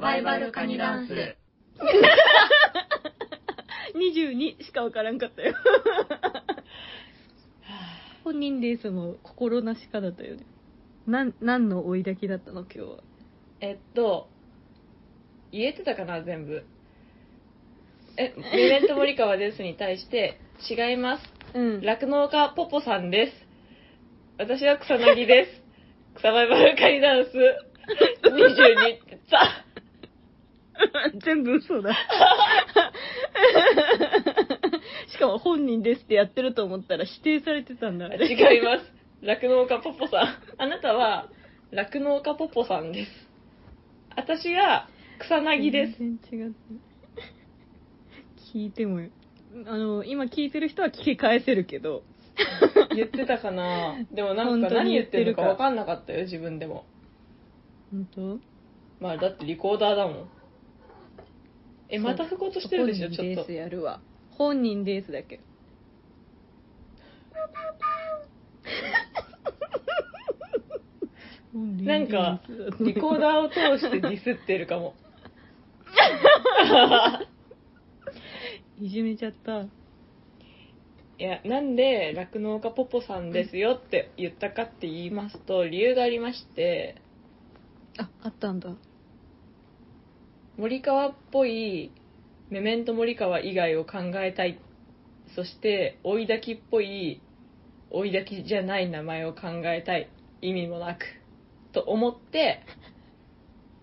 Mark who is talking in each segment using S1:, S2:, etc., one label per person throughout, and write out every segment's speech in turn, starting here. S1: バイバルカニダンス。
S2: 22しかわからんかったよ 本人レースも心なしかだったよねなん何の追いだきだったの今日は
S1: えっと、言えてたかな、全部。え、メレントモリカワですに対して、違います。
S2: うん
S1: 酪農家ポポさんです。私は草薙です。草バイバルカニダンス。22さ。
S2: 全部嘘 だしかも本人ですってやってると思ったら否定されてたんだね
S1: 違います。酪農家ポポさん。あなたは、酪農家ポポさんです。私が、草薙です。
S2: 全然違う聞いてもあの今聞いてる人は聞き返せるけど
S1: 言ってたか なでもなん
S2: 本
S1: か
S2: 当に
S1: 何
S2: 言
S1: 言
S2: っ
S1: ってて
S2: る
S1: る
S2: か
S1: か分かんなかったよ、自分でも。
S2: 本当
S1: まあ、だってリコーダーだもん。え、また不幸としてるでしょ、ち
S2: 本人
S1: ょ
S2: レ
S1: っ
S2: ースやるわ本人レースだけ
S1: と。なんか、リコー
S2: ー
S1: ダーを通してディスってるかも。
S2: いじめちゃった
S1: いや、なんで、酪農家ポポさんですよって言ったかって言いますと、理由がありまして、
S2: ああったんだ
S1: 森川っぽいメメント森川以外を考えたいそして追いだきっぽい追いだきじゃない名前を考えたい意味もなくと思って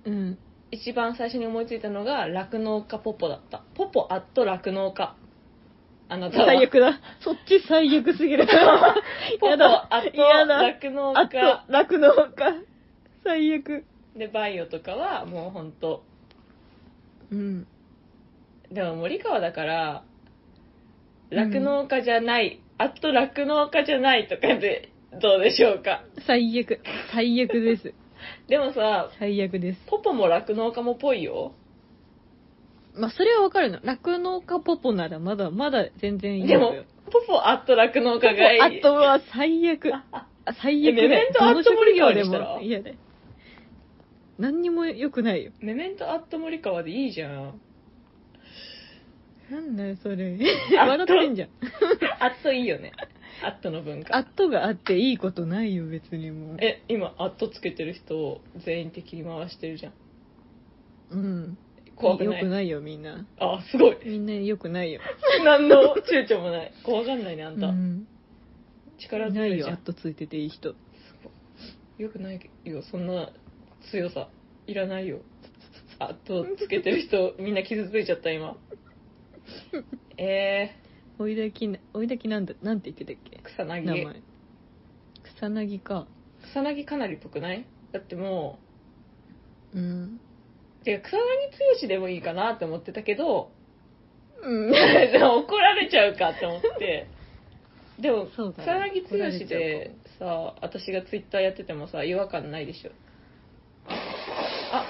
S2: うん
S1: 一番最初に思いついたのが酪農家ポポだったポポアット酪農家あなたは
S2: 最悪だそっち最悪す ぎる
S1: ポポ
S2: やだ
S1: アット
S2: やだ
S1: 酪農
S2: あと
S1: 家
S2: 酪農家最悪
S1: でバイオとかはもう本当
S2: うん
S1: でも森川だから酪農家じゃない、あと酪農家じゃないとかでどうでしょうか
S2: 最悪最悪です
S1: でもさ
S2: 最悪です
S1: ポポも酪農家もぽいよ
S2: まあそれはわかるの酪農家ポポならまだまだ全然いいん
S1: でもポポアット酪農家がいい
S2: あとは最悪あ最悪
S1: えメメント
S2: どの
S1: アットモリカー
S2: 職業
S1: にしたら
S2: 嫌だよ何にも良くないよ
S1: メメントアット森川でいいじゃ ん
S2: なんだよそれ
S1: あと
S2: 笑ってんじゃん
S1: アットいいよねアットの文
S2: あ
S1: 化
S2: っとがあっていいことないよ別にもう
S1: え今アットつけてる人を全員的に回してるじゃん
S2: うん
S1: 怖くない
S2: 良くないよみんな
S1: あすごい
S2: みんな良くないよ
S1: 何の躊躇もない怖がんないねあんた、
S2: うん
S1: 力
S2: い
S1: 強
S2: ないい
S1: じ
S2: よ
S1: ゃ
S2: あ
S1: ん
S2: っとついてていい人
S1: よくないよそんな強さいらないよあとつけてる人みんな傷ついちゃった今 え
S2: 追いだきな追いだきなんだなんて言ってたっけ
S1: ー、草薙
S2: 名前草薙か
S1: 草薙かなりっぽくないだっても
S2: うん
S1: うてか草薙剛でもいいかなって思ってたけど
S2: う ん
S1: でも怒られちゃうかって思ってでも草
S2: そう
S1: 薙
S2: だね怒られち
S1: 剛
S2: ゃう
S1: でさ私がツイッターやっててもさ違和感ないでしょあ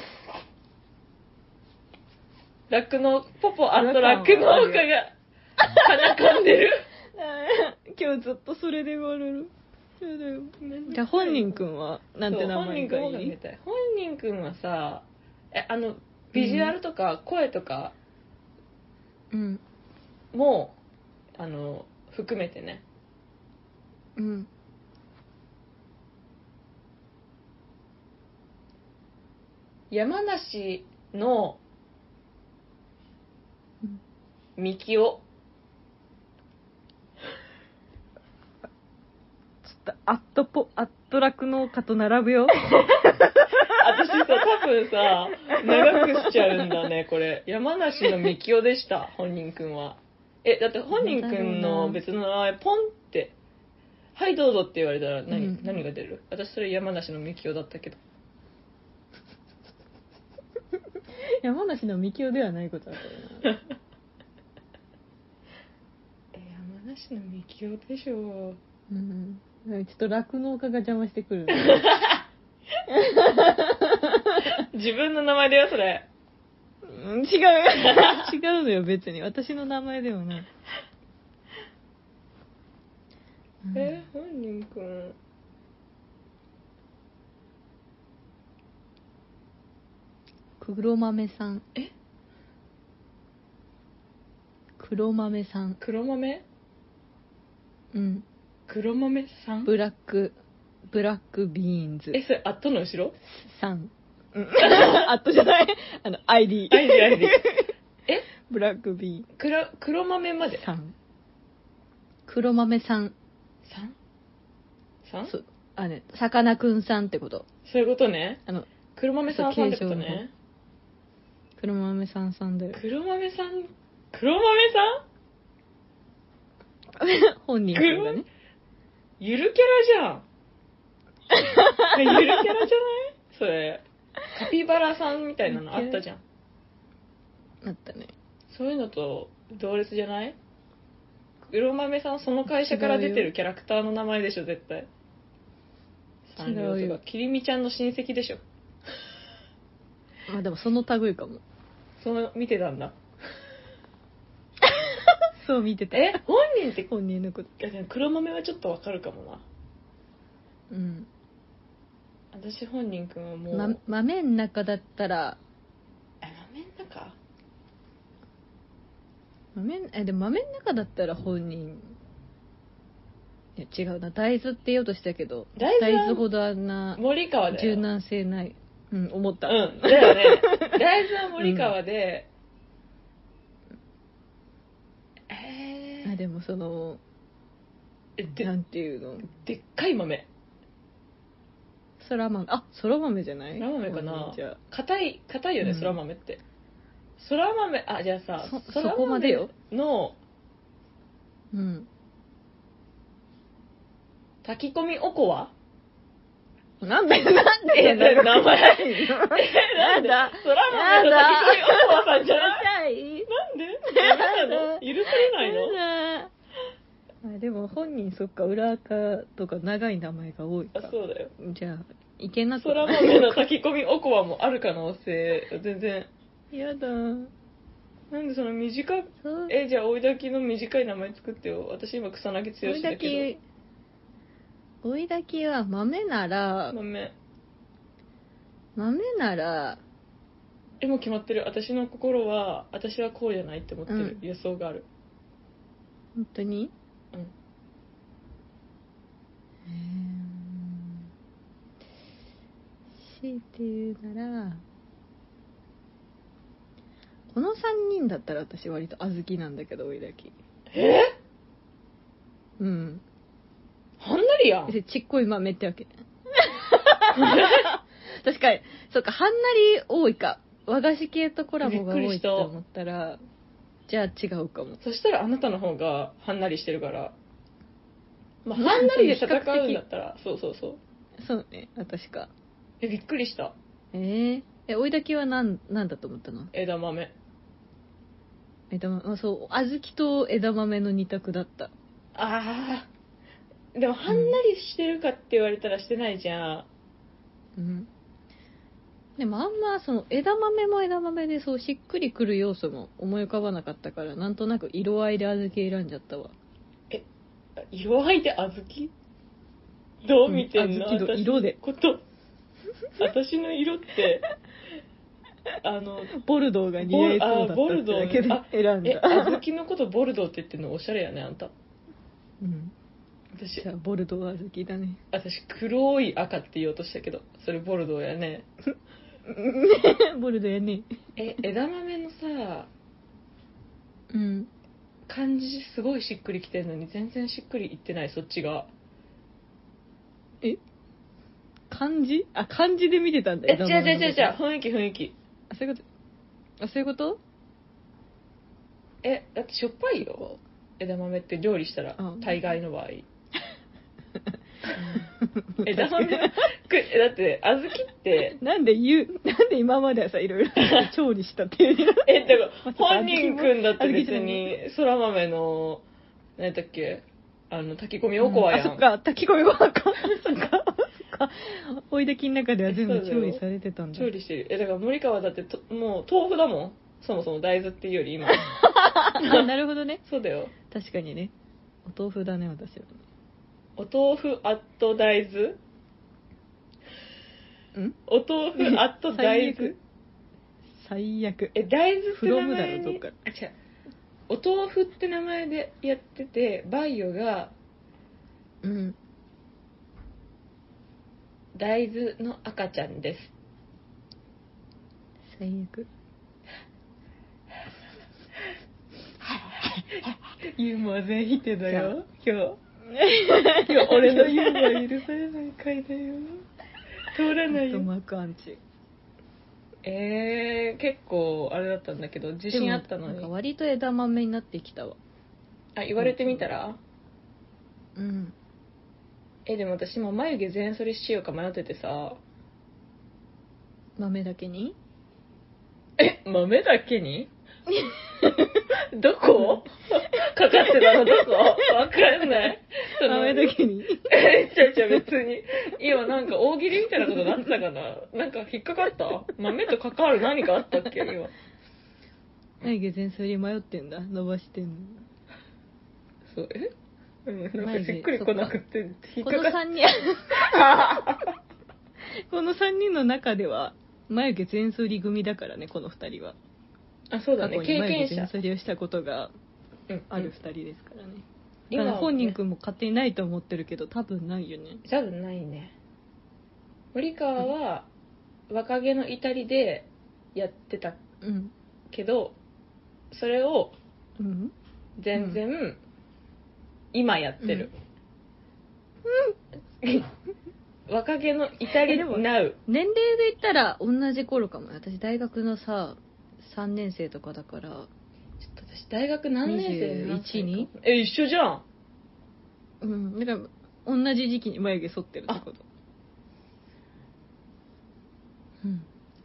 S1: 酪農ポポあと酪農家が鼻かんでる
S2: 今日ずっとそれで言われるじ
S1: じ
S2: ゃあ本人くんはなんて名前が
S1: そう本人くんを考
S2: い
S1: え
S2: い
S1: たい本人くんはさえあのビジュアルとか声とか
S2: うん
S1: も、あの含めてね
S2: うん
S1: 山梨の
S2: うん
S1: みきお
S2: ちょっとアットポアット酪農家と並ぶよ
S1: 私さ多分さ長くしちゃうんだねこれ山梨のみきおでした本人くんはえだって本人くんの別の名前ポンって「はいどうぞ」って言われたら何,、
S2: うん
S1: 何が出る私それ山梨のみきおだったけど
S2: 山梨のみきおではないことだけどな
S1: え山梨のみきおでしょ
S2: うんなんかちょっと酪農家が邪魔してくるの
S1: 自分の名前だよそれ
S2: うん違う 違うのよ別に私の名前ではないうん
S1: え本人くん
S2: 黒豆さん
S1: え
S2: 黒豆さん
S1: 黒豆
S2: うん
S1: 黒豆さん
S2: ブラックブラックビーンズ
S1: え、それ、あっとの後ろ
S2: さんあっとじゃないあの ID
S1: アイディアイディ。え
S2: ブラックビーン
S1: 黒、黒豆まで。
S2: さん黒豆さん
S1: さんさん
S2: そあねさかなクンさんってこと
S1: そういうことね。
S2: あの
S1: 黒豆さんさんってこと
S2: そう形
S1: ね。
S2: 黒豆さんさんだよ
S1: 黒豆さん、黒豆さん
S2: 本人くんがね
S1: ゆるキャ ラじゃん。ゆるキャラじゃないそれ。カピバラさんみたいなのあったじゃん。
S2: なったね
S1: そういうのと同列じゃない黒豆さんその会社から出てるキャラクターの名前でしょ絶対
S2: 違
S1: 三
S2: うよ
S1: 両とかきりみちゃんの親戚でしょ
S2: まあでもその類 かも
S1: その見てたんだ
S2: そう見てた
S1: え本人ってい
S2: 本人のこと
S1: やでも黒豆はちょっとわかるかもな
S2: うん
S1: 私本人くんはもう、
S2: ま豆ん中だったら
S1: え豆の中
S2: 豆んえでも豆ん中だったら本人いや違うな大豆って言おうとしたけど
S1: 大豆は
S2: ほどあんな
S1: 森川だよ
S2: 柔軟性ないうん思った、
S1: うんだよ ね大豆は森川で、え
S2: あ
S1: ー
S2: でもその
S1: えで
S2: なんていうの
S1: でっかい豆
S2: そら豆あそら豆じゃない
S1: そら豆か
S2: 本
S1: な
S2: 人じゃあ
S1: 硬い硬いよね
S2: うん
S1: そら豆ってそら豆あじゃあさ
S2: そ
S1: そら
S2: そこまでよ
S1: 豆の
S2: うん
S1: 炊き込みおこわ
S2: なん でなん
S1: え
S2: で
S1: 名前
S2: な
S1: なんん
S2: で
S1: でそら豆の炊き込みおこわさんじゃない
S2: だい
S1: なんでダメなの許されないの
S2: やだあでも本人そっか裏垢とか長い名前が多いか
S1: あそうだよ
S2: じゃあいけなく
S1: そら
S2: ない
S1: 豆の炊き込みおこわもある可能性全然
S2: やだ
S1: なんでその短く
S2: そう
S1: えじゃあ追い炊きの短い名前作ってよ私今草薙剛
S2: 追い
S1: だ
S2: だ
S1: け
S2: き追いだきは豆なら
S1: ど豆
S2: 豆なら
S1: えもう決まってる私の心は私はこうじゃないって思ってる、
S2: う
S1: 予想がある
S2: 本当に
S1: うん
S2: えー強いて言うならこの3人だったら私割と小豆なんだけど追いだき
S1: え
S2: うん
S1: はんなりやん。
S2: でちっこい豆ってわけ 確かにそうかはんなり多いか和菓子系とコラボが多
S1: びっくり
S2: い
S1: し
S2: と
S1: た
S2: 思ったらじゃあ違うかも
S1: そしたらあなたの方がはんなりしてるから。まあ、はんなりで戦うんだったら、そうそうそう。
S2: そうねあ確か
S1: え、びっくりした。
S2: えー、え追いだきは何何だと思ったの
S1: 枝豆。
S2: 枝豆あそう小豆と枝豆の二択だった
S1: ああ。でも、はんなりしてるかって言われたらしてないじゃん。
S2: うんでもあんまその枝豆も枝豆でそうしっくりくる要素も思い浮かばなかったからなんとなく色合いで小豆選んじゃったわ
S1: 色合いで小豆どう見てんの、
S2: うん小豆の
S1: 私
S2: 色で
S1: こと。私の色 って、あの、
S2: ボルドーが似合いそうだったってだけで
S1: ボルあボルドーねあ
S2: 選
S1: え、小
S2: んだ
S1: 豆のことボルドーって言ってんのおしゃれやね、あんた。
S2: うん
S1: 私
S2: じゃ、あボルドー小豆だね
S1: 私黒い赤って言おうとしたけどそれボルドーやね
S2: ボルドーやね
S1: え枝豆のさ
S2: うん
S1: 感じすごいしっくりきてんのに全然しっくりいってないそっちが
S2: え漢字あ漢字で見てたんだ
S1: え違う
S2: 枝豆の
S1: 違う違う違う雰囲気雰囲気
S2: あそういうことあそういう こと
S1: えだってしょっぱいよ枝豆って料理したら
S2: うん
S1: 大概の場 合枝 豆のくえだって小豆って
S2: なんで言うなんで今まではさ いろいろ調理したっていう
S1: えだか
S2: まさ
S1: ら
S2: か
S1: 本人くんだって別
S2: 小豆じ
S1: にそら豆の何だっけあの炊き込みおこわやん、
S2: あそっか炊き込みご飯か そっかそっか追い出きの中では全部調理されてたんだ
S1: 調理してるえだから森川だってともう豆腐だもんそもそも大豆っていうより 今
S2: あなるほどね
S1: そうだよ
S2: 確かにねお豆腐だね私は
S1: お豆腐アット大豆
S2: ん
S1: お豆腐アット大
S2: 最
S1: 豆
S2: 悪最悪
S1: え大豆って名
S2: From だ
S1: 前
S2: ろどっ
S1: に
S2: から
S1: あ違うお豆腐って名前でやっててバイオが
S2: うん
S1: 大豆の赤ちゃんです
S2: 最悪
S1: ユーモア全否定だよ今日 今日俺のユーモア許されない回だよ通らない
S2: ト
S1: よ
S2: マークアンチ
S1: えー、結構あれだったんだけど自信あったの
S2: でもなんか
S1: に
S2: 割と枝豆になってきたわ
S1: あ言われてみたら
S2: うん
S1: えでも私今眉毛全剃りしようか迷っててさ
S2: 豆だけに
S1: え豆だけ にどこかかってたのどこわかんないその
S2: 豆だけに
S1: えちゃちゃ別に今なんか大喜利みたいなことになってたかななんか引っかかった豆と関わる何かあったっけ今
S2: 眉毛全剃り迷ってんだ伸ばしてんの
S1: そうえうん、なんかしっくりこなくて引っ
S2: こ
S1: か
S2: の
S1: かっ
S2: 3人 この3人の中では眉毛全剃り組だからねこの2人は
S1: あそうだね
S2: 過去
S1: 経
S2: に眉
S1: 験
S2: 毛全
S1: 者
S2: 剃りをしたことが
S1: うん
S2: ある2人ですからね、
S1: うん
S2: だから
S1: 今はね
S2: 本人くんも勝手にないと思ってるけど多分ないよね
S1: 多分ないね森川は若気の至りでやってた
S2: うん
S1: けどそれを
S2: うん
S1: 全然、今やってる、若気の至
S2: え
S1: り
S2: でも
S1: NOW
S2: 年齢で言ったら同じ頃かも私大学のさ3年生とかだから
S1: ちょっと私大学何年生
S2: 21
S1: 何歳か
S2: に
S1: え一緒じゃん
S2: うんだから同じ時期に眉毛剃ってるってこと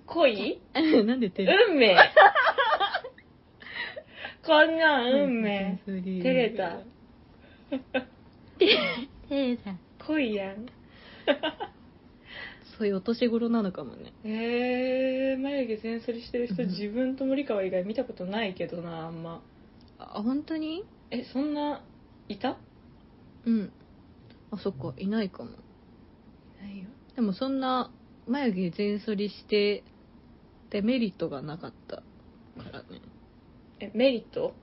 S1: 恋
S2: うん なんで照れ
S1: 運 命こんなん運命
S2: 照
S1: 照れた
S2: 照れた
S1: 恋やん
S2: そういうお年頃なのかもね
S1: えー、眉毛全剃りしてる人
S2: うん
S1: 自分と森川以外見たことないけどなあんま
S2: あ本当に
S1: えそんないた
S2: うんあそっかいないかも
S1: ないよ
S2: でもそんな眉毛全剃りしてデメリットがなかったからね
S1: えメリット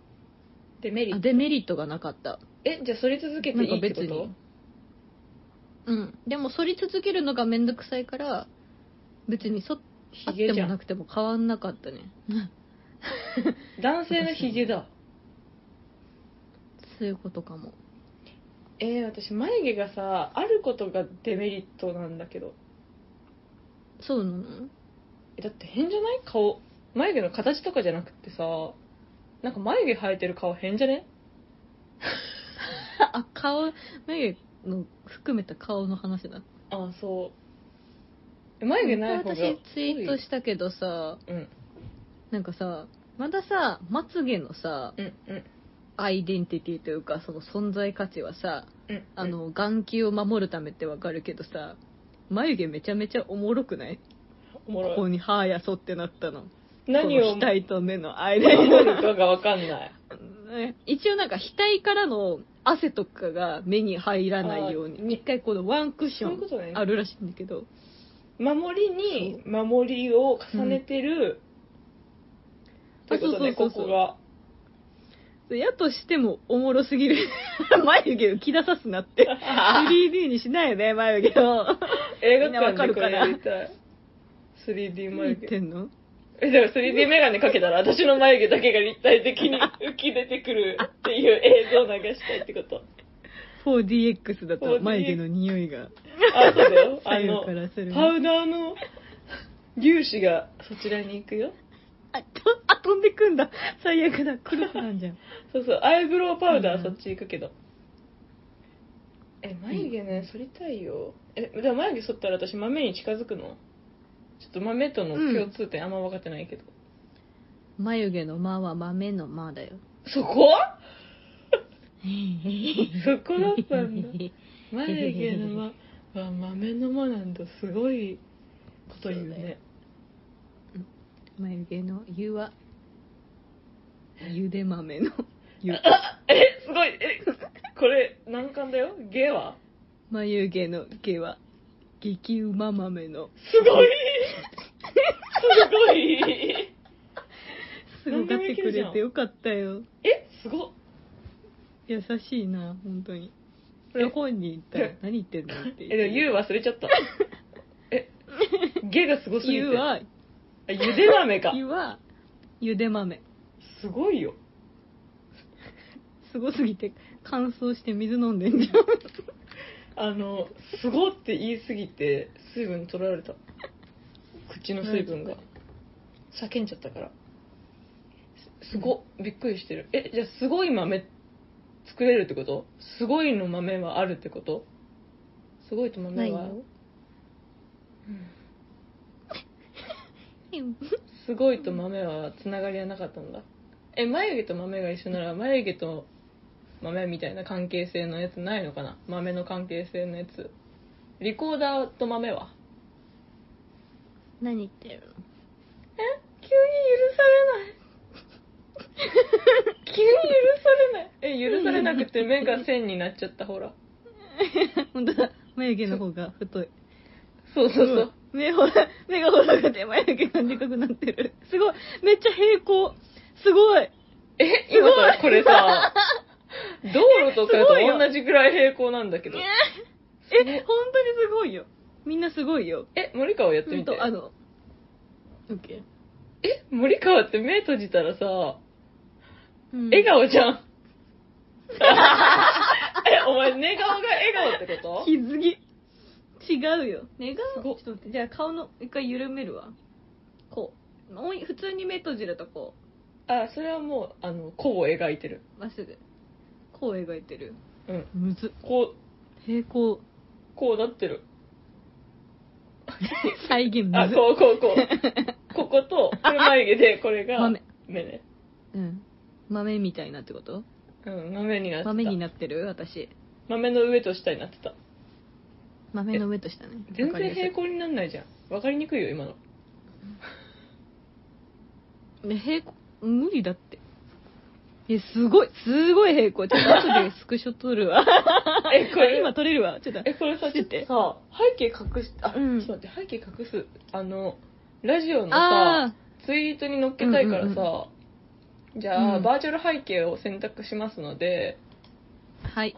S1: デメリ
S2: あ
S1: ット
S2: デメリットがなかった
S1: えじゃあ剃り続けていいってこと
S2: うんでも剃り続けるのがめんどくさいから別に剃っ
S1: ヒ
S2: あっ
S1: ゲ
S2: て
S1: じゃ
S2: も
S1: ん
S2: なくても変わんなかったねうん
S1: 男性のヒゲだ
S2: そういうことかも
S1: えー、私眉毛がさあることがデメリットなんだけど
S2: そうなの
S1: えだって変じゃない顔眉毛の形とかじゃなくってさなんか眉毛生えてる顔変じゃね
S2: あ顔眉毛の含めた顔の話だ
S1: ああそうえ眉毛ない方が
S2: 私ツイートしたけどさ
S1: うん
S2: なんかさまださまつげのさ
S1: うんうん
S2: アイデンティティというかその存在価値はさ
S1: うん
S2: あの眼球を守るためってわかるけどさ眉毛めちゃめちゃおもろくない
S1: おも
S2: こ
S1: ろ
S2: こ
S1: い
S2: に歯やそってなったの
S1: 何
S2: こ
S1: を
S2: の
S1: 守
S2: 額と目の間に
S1: るかがわかんない
S2: ね 一応なんか額からの汗とかが目に入らないよう
S1: あー
S2: に一回このワンクッショ
S1: そういうことね
S2: ンあるらしいんだけど
S1: 守りに守りを重ねてる、ということね
S2: あそうそうそう
S1: こ
S2: そう
S1: こが
S2: やとしてもおもろすぎる 眉毛を浮き出さすなって 3D にしないよね眉毛を
S1: 映
S2: みんな
S1: 画
S2: わ
S1: 館で
S2: かる
S1: こ
S2: か
S1: れや
S2: ら
S1: りたい 3D
S2: 何言
S1: 眉
S2: って
S1: 毛
S2: んの
S1: えだから 3D メガネかけたら私の眉毛だけが立体的 に浮き出てくるっていう映像を流したいってこと
S2: 4DX だと
S1: 4DX
S2: 眉毛の匂いが
S1: あそうだよあ
S2: 左
S1: の
S2: 右からする
S1: パウダーの粒子がそちらに行くよ
S2: あとあ飛んでくんだ最悪だクロスなんじゃん
S1: そうそうアイブロウパウダー
S2: うん
S1: そっち行くけどえ眉毛ね剃りたいよえでも眉毛剃ったら私豆に近づくのちょっと豆との共通点あんま分かってないけど、
S2: 眉毛の間は豆の間だよ
S1: そこ
S2: そ
S1: そこだったんだ眉毛の間は豆の間なんだすごいこと言うね
S2: 眉毛の湯はゆで豆の 湯
S1: えすごいえこれ難関だよゲは
S2: 眉毛の毛は 激うま豆の
S1: すごいすごい
S2: れてよかったよ。
S1: えすごっ
S2: 優しいな、本当に。これ本人言った ら
S1: え
S2: 何言ってんのって
S1: えでも「ゆう」忘れちゃった えゲがすごすぎて
S2: ゆうは、
S1: あゆで豆か
S2: ゆは、ゆで豆。
S1: すごいよ
S2: すごすぎて乾燥して水飲んでんじゃん。
S1: あの「すご」って言いすぎて水分取られた口の水分が叫んじゃったからすすごびっくりしてるえじゃあすごい豆作れるってことすごいの豆はあるってことすごいと豆は
S2: うん
S1: すごいと豆はつながりはなかったんだえ眉毛と豆が一緒なら眉毛と豆みたいな関係性のやつないのかな豆の関係性のやつリコーダーと豆は
S2: 何言ってる
S1: え
S2: の
S1: 急に許されない 急に許されないえ許されなくて目が線になっちゃったほら
S2: 本当だ眉毛の方が太い
S1: そうそうそう
S2: 目ほ目が細くて眉毛がでかくなってるすごいめっちゃ平行すごい
S1: え今さこれ さ道路とかと同じぐらい平行なんだけど
S2: え本当にすごいよみんなすごいよ
S1: え森川やって
S2: うん
S1: みて
S2: とあの OK
S1: え森川って目閉じたらさ
S2: うん
S1: 笑顔じゃん。え、お前、寝顔が笑顔ってこと
S2: 気づき違うよ寝
S1: す
S2: 顔ちょ
S1: ご
S2: っと待ってじゃあ顔の一回緩めるわこうもうい普通に目閉じるとこ
S1: あ、それはもう、あの、弧を描いてる。
S2: うまっすぐこう描いてる
S1: うん。
S2: むず
S1: こう、
S2: 平 行
S1: こうなってる。
S2: 再現む
S1: あ、
S2: ず
S1: こう、こう、こ う。ここと、これ眉毛で、これが
S2: 豆、
S1: 目ね。
S2: うん豆みたいなってこと
S1: うん、豆になってた。
S2: 豆に
S1: 豆
S2: なってる私
S1: の上と下になってた。
S2: 豆の上と下ね
S1: 全
S2: わかり
S1: 然
S2: やすい
S1: 平行になんないじゃん。わかりにくいよ、今 の。
S2: ね平行無理だってえすごいすごい平行ちょっと後でスクショ撮るわ
S1: え、 これ、
S2: 今撮れるわちょっと
S1: え、これさ、ちょっとさ、背景隠し、あ、
S2: うん
S1: ちょっと待って、背景隠す。あの、ラジオのさ、
S2: あ
S1: ツイートに載っけたいからさ、
S2: うんうん
S1: じゃあ、
S2: うん
S1: バーチャル背景を選択しますので、
S2: あはい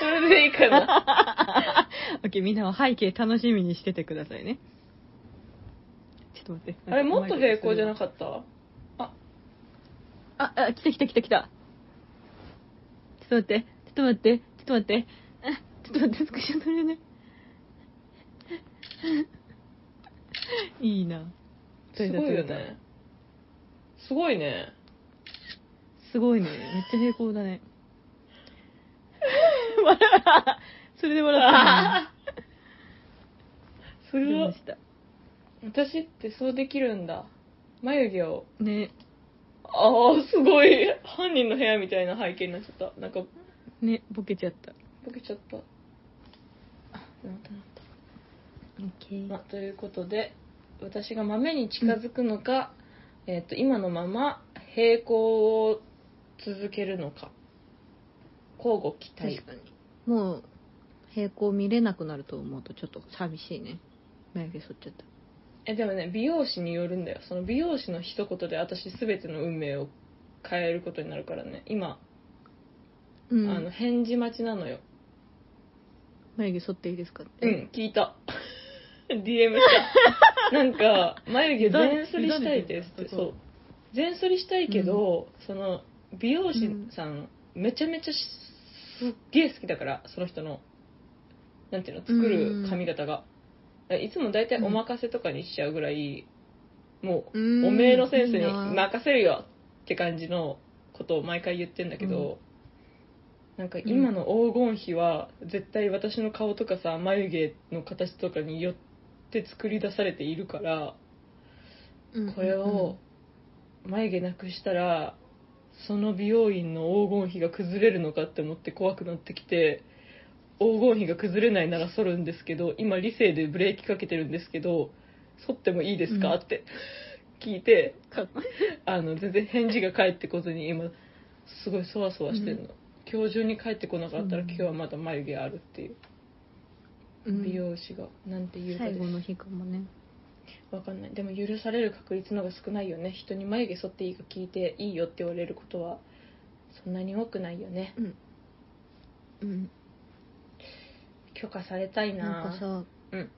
S1: それでいいか な。
S2: オッケーみんなは背景楽しみにしててくださいねちょっと待って
S1: あれ、もっと平行じゃな
S2: っ
S1: かったあ、
S2: たああ来た来た来た来たちょっと待ってちょっと待ってちょっと待ってあちょっと待ってスクショ撮れない いいな
S1: すごいよね。すごいね。
S2: すごいね。めっちゃ平行だね。それで笑った
S1: す
S2: の
S1: ご
S2: ね。
S1: い。私ってそうできるんだ。眉毛を。
S2: ね。
S1: ああ、すごい。犯人の部屋みたいな背景になっちゃった。なんか、
S2: ね、ボケちゃった。
S1: ボケちゃった。あ、なんだなんだ。まあ
S2: OK。
S1: ということで私が豆に近づくのか、えー、と今のまま平行を続けるのか交互期待
S2: 確かに。もう、平行見れなくなると思うとちょっと寂しいね。眉毛剃っちゃった。
S1: えでもね美容師によるんだよその美容師の一言で私全ての運命を変えることになるからね今、
S2: う
S1: あの
S2: ん。
S1: 返事待ちなのよ
S2: 眉毛剃っていいですかっ
S1: う
S2: て。
S1: ん聞いた DM したなんか眉毛全剃りしたいですって
S2: 委ねてる
S1: そう全剃りしたいけど、その美容師さん、めちゃめちゃしすっげえ好きだからその人のなんていうの作る髪型が、いつも大体お任せとかにしちゃうぐらい、もう、
S2: うん
S1: おめえの先生に
S2: いいな
S1: 任せるよって感じのことを毎回言ってんだけど、なんか今の黄金比は絶対私の顔とかさ眉毛の形とかによって作り出されているから
S2: うん
S1: これを眉毛なくしたらその美容院の黄金比が崩れるのかって思って怖くなってきて黄金比が崩れないなら剃るんですけど今理性でブレーキかけてるんですけど剃ってもいいですか、
S2: うん
S1: って 聞いて
S2: かっこいい
S1: あの全然返事が返ってこずに今すごいそわそわしてるの、今日中に帰ってこなかったら
S2: うん
S1: 今日はまだ眉毛あるっていう、
S2: うん
S1: 美容師がなんて言うか
S2: 最
S1: です
S2: 後の日かもね。
S1: わかんないでも許される確率の方が少ないよね人に眉毛剃っていいか聞いていいよって言われることはそんなに多くないよね
S2: うんうん
S1: 許可されたいな
S2: なんかさ
S1: うん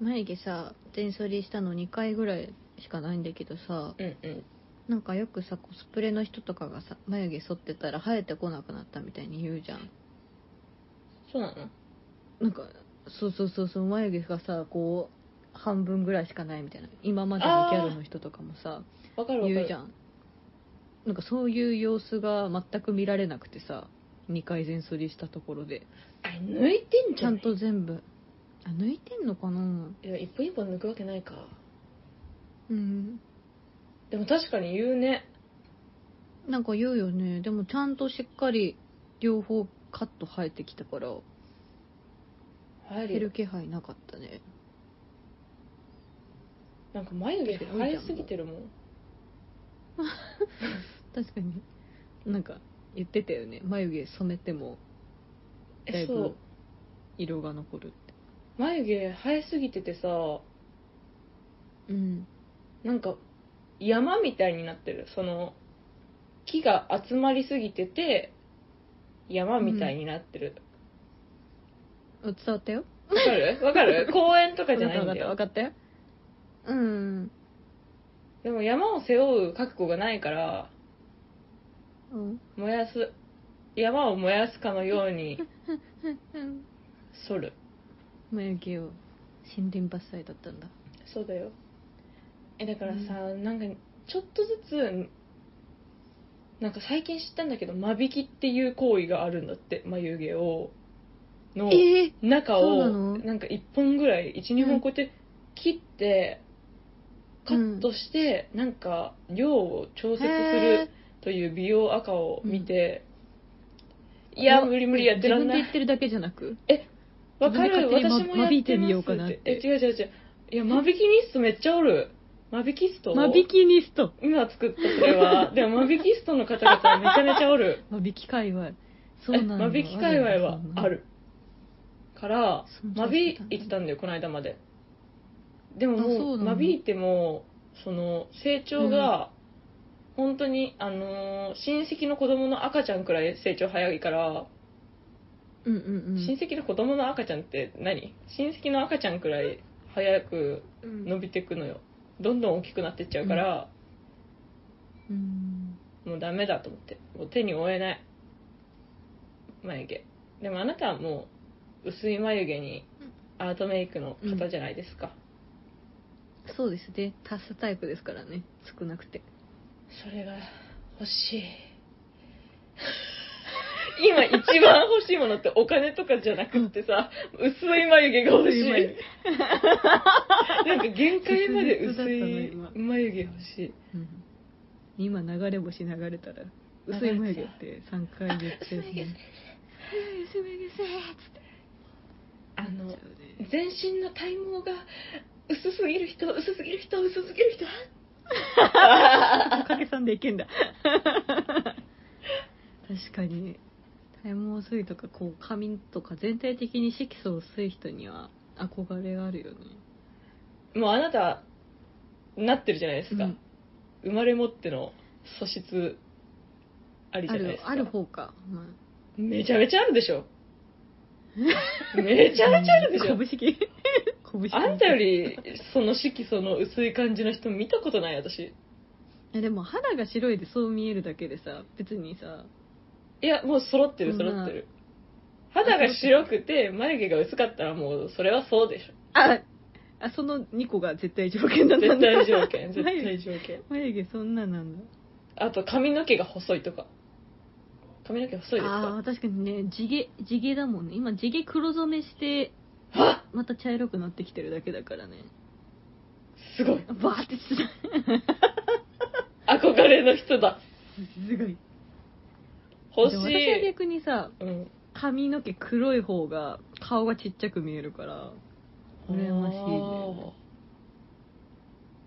S2: 眉毛さ全剃りしたの2回ぐらいしかないんだけどさ
S1: うんうん
S2: なんかよくさコスプレの人とかがさ眉毛剃ってたら生えてこなくなったみたいに言うじゃん
S1: そうなの
S2: なんかそうそうそうそう眉毛がさこう半分ぐらいしかないみたいな今までのギャルの人とかもさ
S1: わかるわかる
S2: 言うじゃんなんかそういう様子が全く見られなくてさ2回全剃りしたところで
S1: あれ抜いてん
S2: ち
S1: じゃ
S2: ゃ
S1: ん
S2: んと全部あ抜いてんのかない
S1: や一本一本抜くわけないか
S2: うん
S1: でも確かに言うね
S2: なんか言うよねでもちゃんとしっかり両方カット生えてきたから
S1: 入
S2: 減
S1: る
S2: る
S1: よ
S2: 気配なかったね
S1: なんか眉毛って生えすぎてるもん
S2: 確かになんか言ってたよね眉毛染めてもだ
S1: え
S2: い
S1: そう
S2: ぶ色が残るって
S1: 眉毛生えすぎててさ
S2: うん
S1: なんか山みたいになってるその木が集まりすぎてて山みたいになってる、
S2: あ伝わったよ
S1: わか るわかる公園とか
S2: 分
S1: じ
S2: か
S1: ゃ
S2: っ
S1: ない
S2: た
S1: ん
S2: 分かっ
S1: だよ
S2: た分かったようん
S1: でも山を背負う覚悟がないから
S2: うん
S1: 燃やす山を燃やすかのように
S2: うん
S1: 剃る
S2: 眉毛を森林伐採だったんだ
S1: そうだよえだからさ、なんかちょっとずつなんか最近知ったんだけど間引きっていう行為があるんだって眉毛をの
S2: え
S1: 中
S2: そ
S1: を
S2: うな
S1: な
S2: の
S1: んか1本ぐらい12、
S2: うん
S1: 本こうやって切ってカットして、なんか量を調節するという美容赤を見て、いや無理無理やってらんな
S2: 自分で言っ
S1: い
S2: てるだけじゃなく
S1: わかる
S2: 自分で
S1: 私
S2: 勝手に
S1: もやってます
S2: ま間引いてみようかなって
S1: え違う違う違ういや間引きニストめっちゃおる間引きスト
S2: 間引きニスト
S1: 今作ったそれ はでも間引きストの方々めちゃめちゃおる
S2: 間引き界隈そうなんだ
S1: 間引き界隈はあるから
S2: そんな
S1: 間引いてたんだよこの間まででも
S2: あそ
S1: も
S2: う
S1: う
S2: なの
S1: 間引いてもその成長が本当に、あのー親戚の子供の赤ちゃんくらい成長早いから、
S2: うんうん
S1: 親戚の子供の赤ちゃんって何親戚の赤ちゃんくらい早く
S2: うん
S1: 伸びてくのよどんどん大きくなってっちゃうから、
S2: うん
S1: もうダメだと思ってもう手に負えない眉毛でもあなたはもう薄い眉毛にアートメイクの方じゃないですか、
S2: そうですねタスタイプですからね少なくて
S1: それが欲しい今一番欲しいものってお金とかじゃなくってさ薄い眉毛が欲しい
S2: 薄い眉
S1: なんか限界まで薄い
S2: 切実だったな今
S1: 眉毛欲しい
S2: うん今流れ星流れたら薄い眉毛って3回言っちゃう
S1: 薄い眉毛
S2: ね薄い眉毛せーっつって
S1: あの
S2: 言っちゃうね
S1: 全身の体毛が薄すぎる人薄すぎる人薄すぎる人
S2: おかげさんでいけんだ確かに体毛薄いとかこう髪とか全体的に色素薄い人には憧れがあるよね
S1: もうあなたなってるじゃないですか、
S2: うん
S1: 生まれ持っての素質ありじ
S2: あ
S1: ゃないで
S2: る
S1: すか
S2: ある方か、まあ、
S1: めちゃめちゃあるでしょ めちゃめちゃあるでしょ
S2: 拳拳
S1: あんたよりその色素の薄い感じの人見たことない私
S2: えでも肌が白いでそう見えるだけでさ別にさ
S1: いやもう揃ってる
S2: そんな
S1: 揃ってる肌が白くて眉毛が薄かったらもうそれはそうでしょ
S2: ああその2個が絶対条件なんだ
S1: 絶対条件絶
S2: 眉
S1: 対
S2: 毛
S1: 条件
S2: 眉毛そんななんだ
S1: あと髪の毛が細いとか髪の毛細いです
S2: あ
S1: か
S2: あ確かにね地毛地毛だもんね今地毛黒染めして
S1: あ
S2: また茶色くなってきてるだけだからね
S1: すごい
S2: バーってす
S1: 憧れの人だ
S2: すごい
S1: 欲
S2: で
S1: し、
S2: も私はい逆にさ
S1: うん、
S2: 髪の毛黒い方が顔がちっちゃく見えるから羨ましいね
S1: あ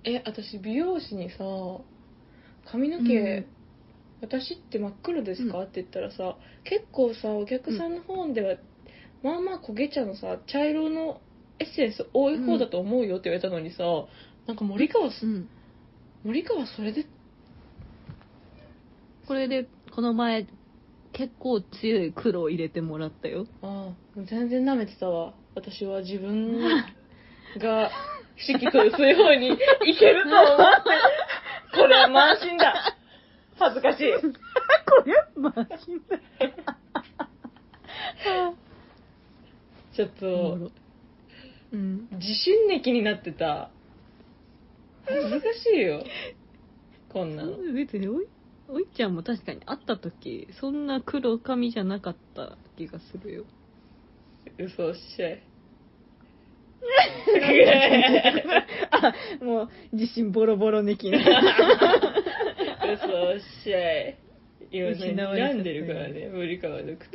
S1: ーえ私美容師にさ髪の毛、
S2: うん
S1: 私って真っ黒ですか、って言ったらさ結構さお客さんの方では、まあまあ焦げ茶のさ茶色のエッセンス多い方だと思うよって言われたのにさ、なんか森川す、
S2: うん、
S1: 森川それで、
S2: これでこの前結構強い黒を入れてもらったよ
S1: ああ、全然舐めてたわ。私は自分が、色素薄い方にいけると思って、これは満身だ。恥ずかしい。
S2: これマジで
S1: ちょっと、
S2: うん
S1: 自信ネキになってた。恥ずかしいよ。こんなの。
S2: 別においおいちゃんも確かに会った時そんな黒髪じゃなかった気がするよ
S1: 嘘おっし ゃい。
S2: あもう自信ボロボロねきな
S1: 嘘おっしゃい。今ね、
S2: 失われちゃった
S1: 睨んでるからね、無理川の靴。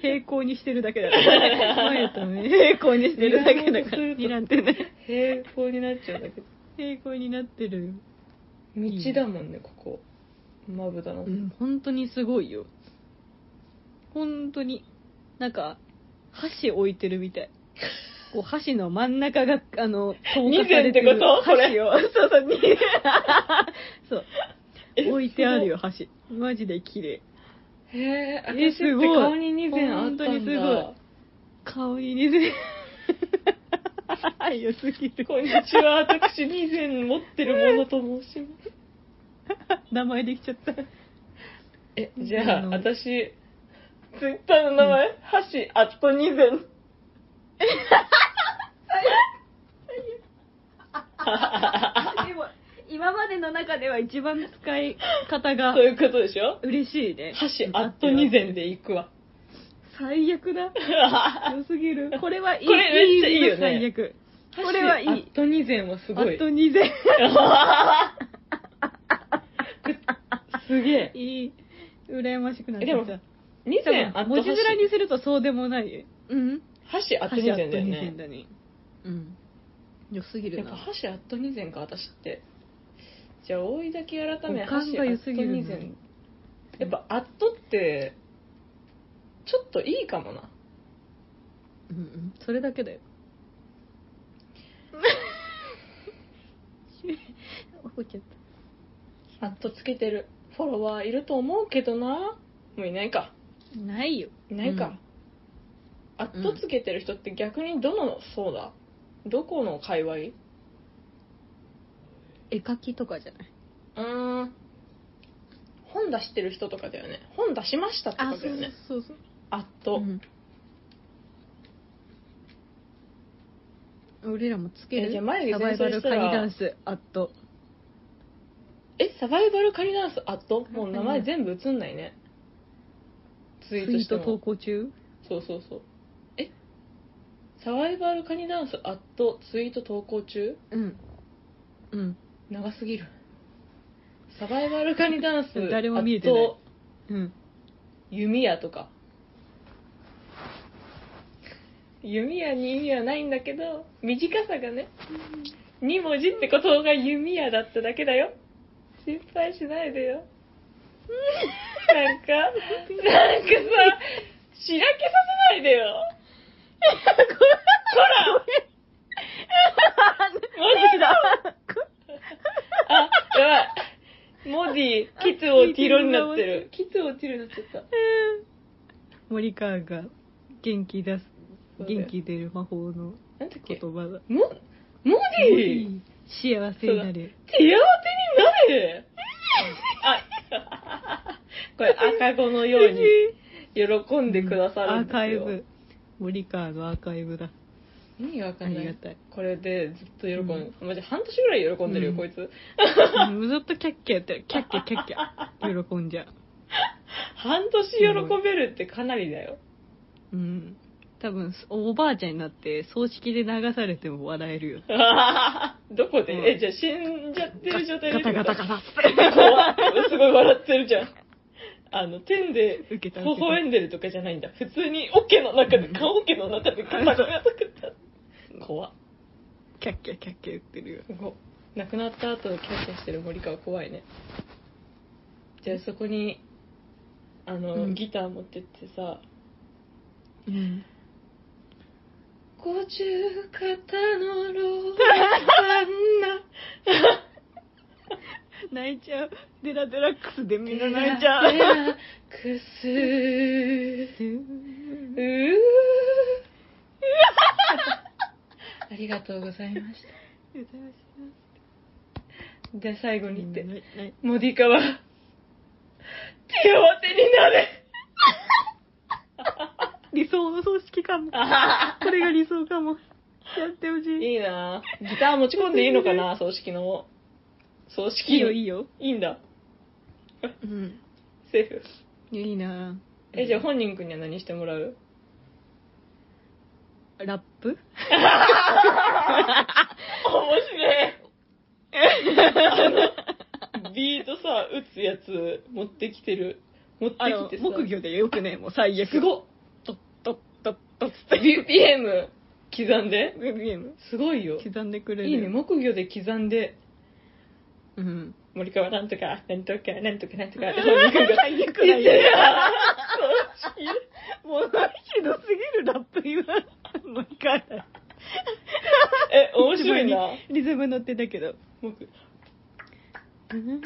S2: 平行にしてる だけだから前とね平行にしてるだけだから
S1: 睨
S2: 睨んでね
S1: 平行になっちゃうんだけど。
S2: 平行になってるよ
S1: 道だもんね、ここ。まぶたの。
S2: うん本当にすごいよ本当になんか箸置いてるみたいこう箸の真ん中があの投
S1: 二膳ってことこれ
S2: 箸をそうそう二 膳そう置いてあるよ箸マジで綺麗
S1: へえ、私
S2: え
S1: っ
S2: ーす
S1: て
S2: ごい
S1: 顔に2膳あった
S2: 本当に
S1: ん
S2: す
S1: だ。
S2: 顔に二膳 良すぎる
S1: こんにちは、私2膳持ってるものと申します。
S2: 名前できちゃった
S1: え、じゃ
S2: あ
S1: あ、
S2: の
S1: 私、ツイッターの名前、箸アット2膳。
S2: 今今までの中では一番使い方が
S1: そういうことでしょ
S2: 嬉しいね
S1: 箸アット2膳でいくわ。
S2: 最 悪だ良すぎるこれはいい
S1: これめっちゃいいよね
S2: 意味の最悪これはいい
S1: 箸アット2膳はす
S2: あ
S1: ごい
S2: と。2膳
S1: すげえ。
S2: いい羨ましくなっち
S1: で
S2: ゃ
S1: も
S2: った
S1: 2膳ア
S2: 多
S1: ット
S2: 分文
S1: 箸
S2: 字。面にするとそうでもないうん
S1: 箸アット
S2: 箸
S1: 2
S2: あと
S1: 膳だよ
S2: 2
S1: ね
S2: 膳。だねうん良すぎ
S1: やっ
S2: る
S1: ぱ
S2: な
S1: 箸アット2膳か、私って。じゃあ、大井だけ改め、
S2: 五感
S1: 箸ア
S2: が良
S1: ット
S2: すぎるな
S1: 2膳。やっぱ、アットって、ちょっといいかもな。
S2: うんうんそれだ けだよ怒っちゃった
S1: アットつけてるフォロワーいると思うけどなもういないか
S2: ないよ
S1: いないか、アットつけてる人って逆にどのそうだどこの界隈う
S2: 絵描きとかじゃない
S1: ーん本出してる人とかだよね本出しましたとか
S2: あ
S1: だよね
S2: そうそう
S1: アッ
S2: そ
S1: ト
S2: う、うん俺らもつけ
S1: え
S2: る
S1: じゃあ眉毛
S2: サバイバルカニダンスアット
S1: えサバイバルカリダンスアットもう名前全部映んないねツ
S2: ツ
S1: イート
S2: イ
S1: し
S2: ー
S1: て
S2: ト投
S1: も
S2: 稿中
S1: そうそうそうえサバイバルカニダンスアットツイート投稿中
S2: うんうん
S1: 長すぎるサバイバルカニダンス
S2: 誰も見えてない
S1: あと
S2: うん
S1: 弓矢とか弓矢に意味はないんだけど短さがね2文字ってことが弓矢だっただけだよ心配しないでよなんかなんかさしらけさせないでよほらマジだあ、やばい。モディ、キツをティロになってる。キツをティロになっちゃった。
S2: 森川が元気出す
S1: そうだよ
S2: 元気出る魔法の
S1: なんだっけ
S2: 言葉だ
S1: モ、モディ
S2: 幸せにな
S1: 手当てにな
S2: れ
S1: れあ、これ赤子のように喜んでくださるんですよ。
S2: アーカイブ森川のアーカイブだ
S1: 意味がわかんな
S2: あ
S1: い。
S2: りがたい
S1: これでずっと喜んで、マジ半年ぐらい喜んでるよ、
S2: うん
S1: こいつ。
S2: うんずっとキャッキャやってるキャッキャキャッキャ喜んじゃう
S1: 半年喜べるってかなりだよ。
S2: うん多分おばあちゃんになって葬式で流されても笑えるよ
S1: どこで、
S2: うん
S1: え、じゃあ死んじゃってる状態で
S2: ガタガタガタって
S1: 怖いすごい笑ってるじゃん。あの、天で、
S2: 受けた
S1: 微笑んでるとかじゃないんだ。普通に、オケの中で、顔オケの中で、ガタガタガタ。怖っ
S2: キャッキャキャッキャ言ってるよ
S1: すごい亡くなった後、キャッキャしてる森川怖いね。じゃあそこに、あの、
S2: うん
S1: ギター持ってってさ、
S2: うん
S1: 五十肩のローラ ン
S2: 泣いちゃう。デラデラックスでみんな
S1: ナ。
S2: 泣いちゃう。
S1: くすうー。ありがとうございました。で、最後にって、モディカは、手を当てになれ。
S2: 理想の葬式かも。これが理想かも。やってほしい。
S1: いいなぁギター持ち込んでいいのかな葬式の。葬式。
S2: いいよ、いいよ。
S1: いいんだ。
S2: うん。
S1: セーフ。
S2: いやいいな
S1: え、じゃあ本人くんには何してもらう
S2: あ、ラップ
S1: 面白いビートさ、打つやつ持ってきてる。持って
S2: あ
S1: き
S2: の
S1: て、さ。
S2: 木魚でよくね、もう最悪。
S1: すごっ
S2: トットットットッつって。
S1: !BPM 刻んで
S2: ゲーム
S1: すごいよ。
S2: 刻んでくれる。
S1: いいね、木魚で刻んで、
S2: うん。
S1: 森川なんとか、なんとか、なんとか、なんとかって本人くんが
S2: 最悪
S1: 言っ
S2: だ
S1: てる
S2: よ。。もう、ひどすぎるラップ今。もう一回。
S1: え、面白いな。
S2: リズム乗ってたけど。
S1: 僕
S2: うん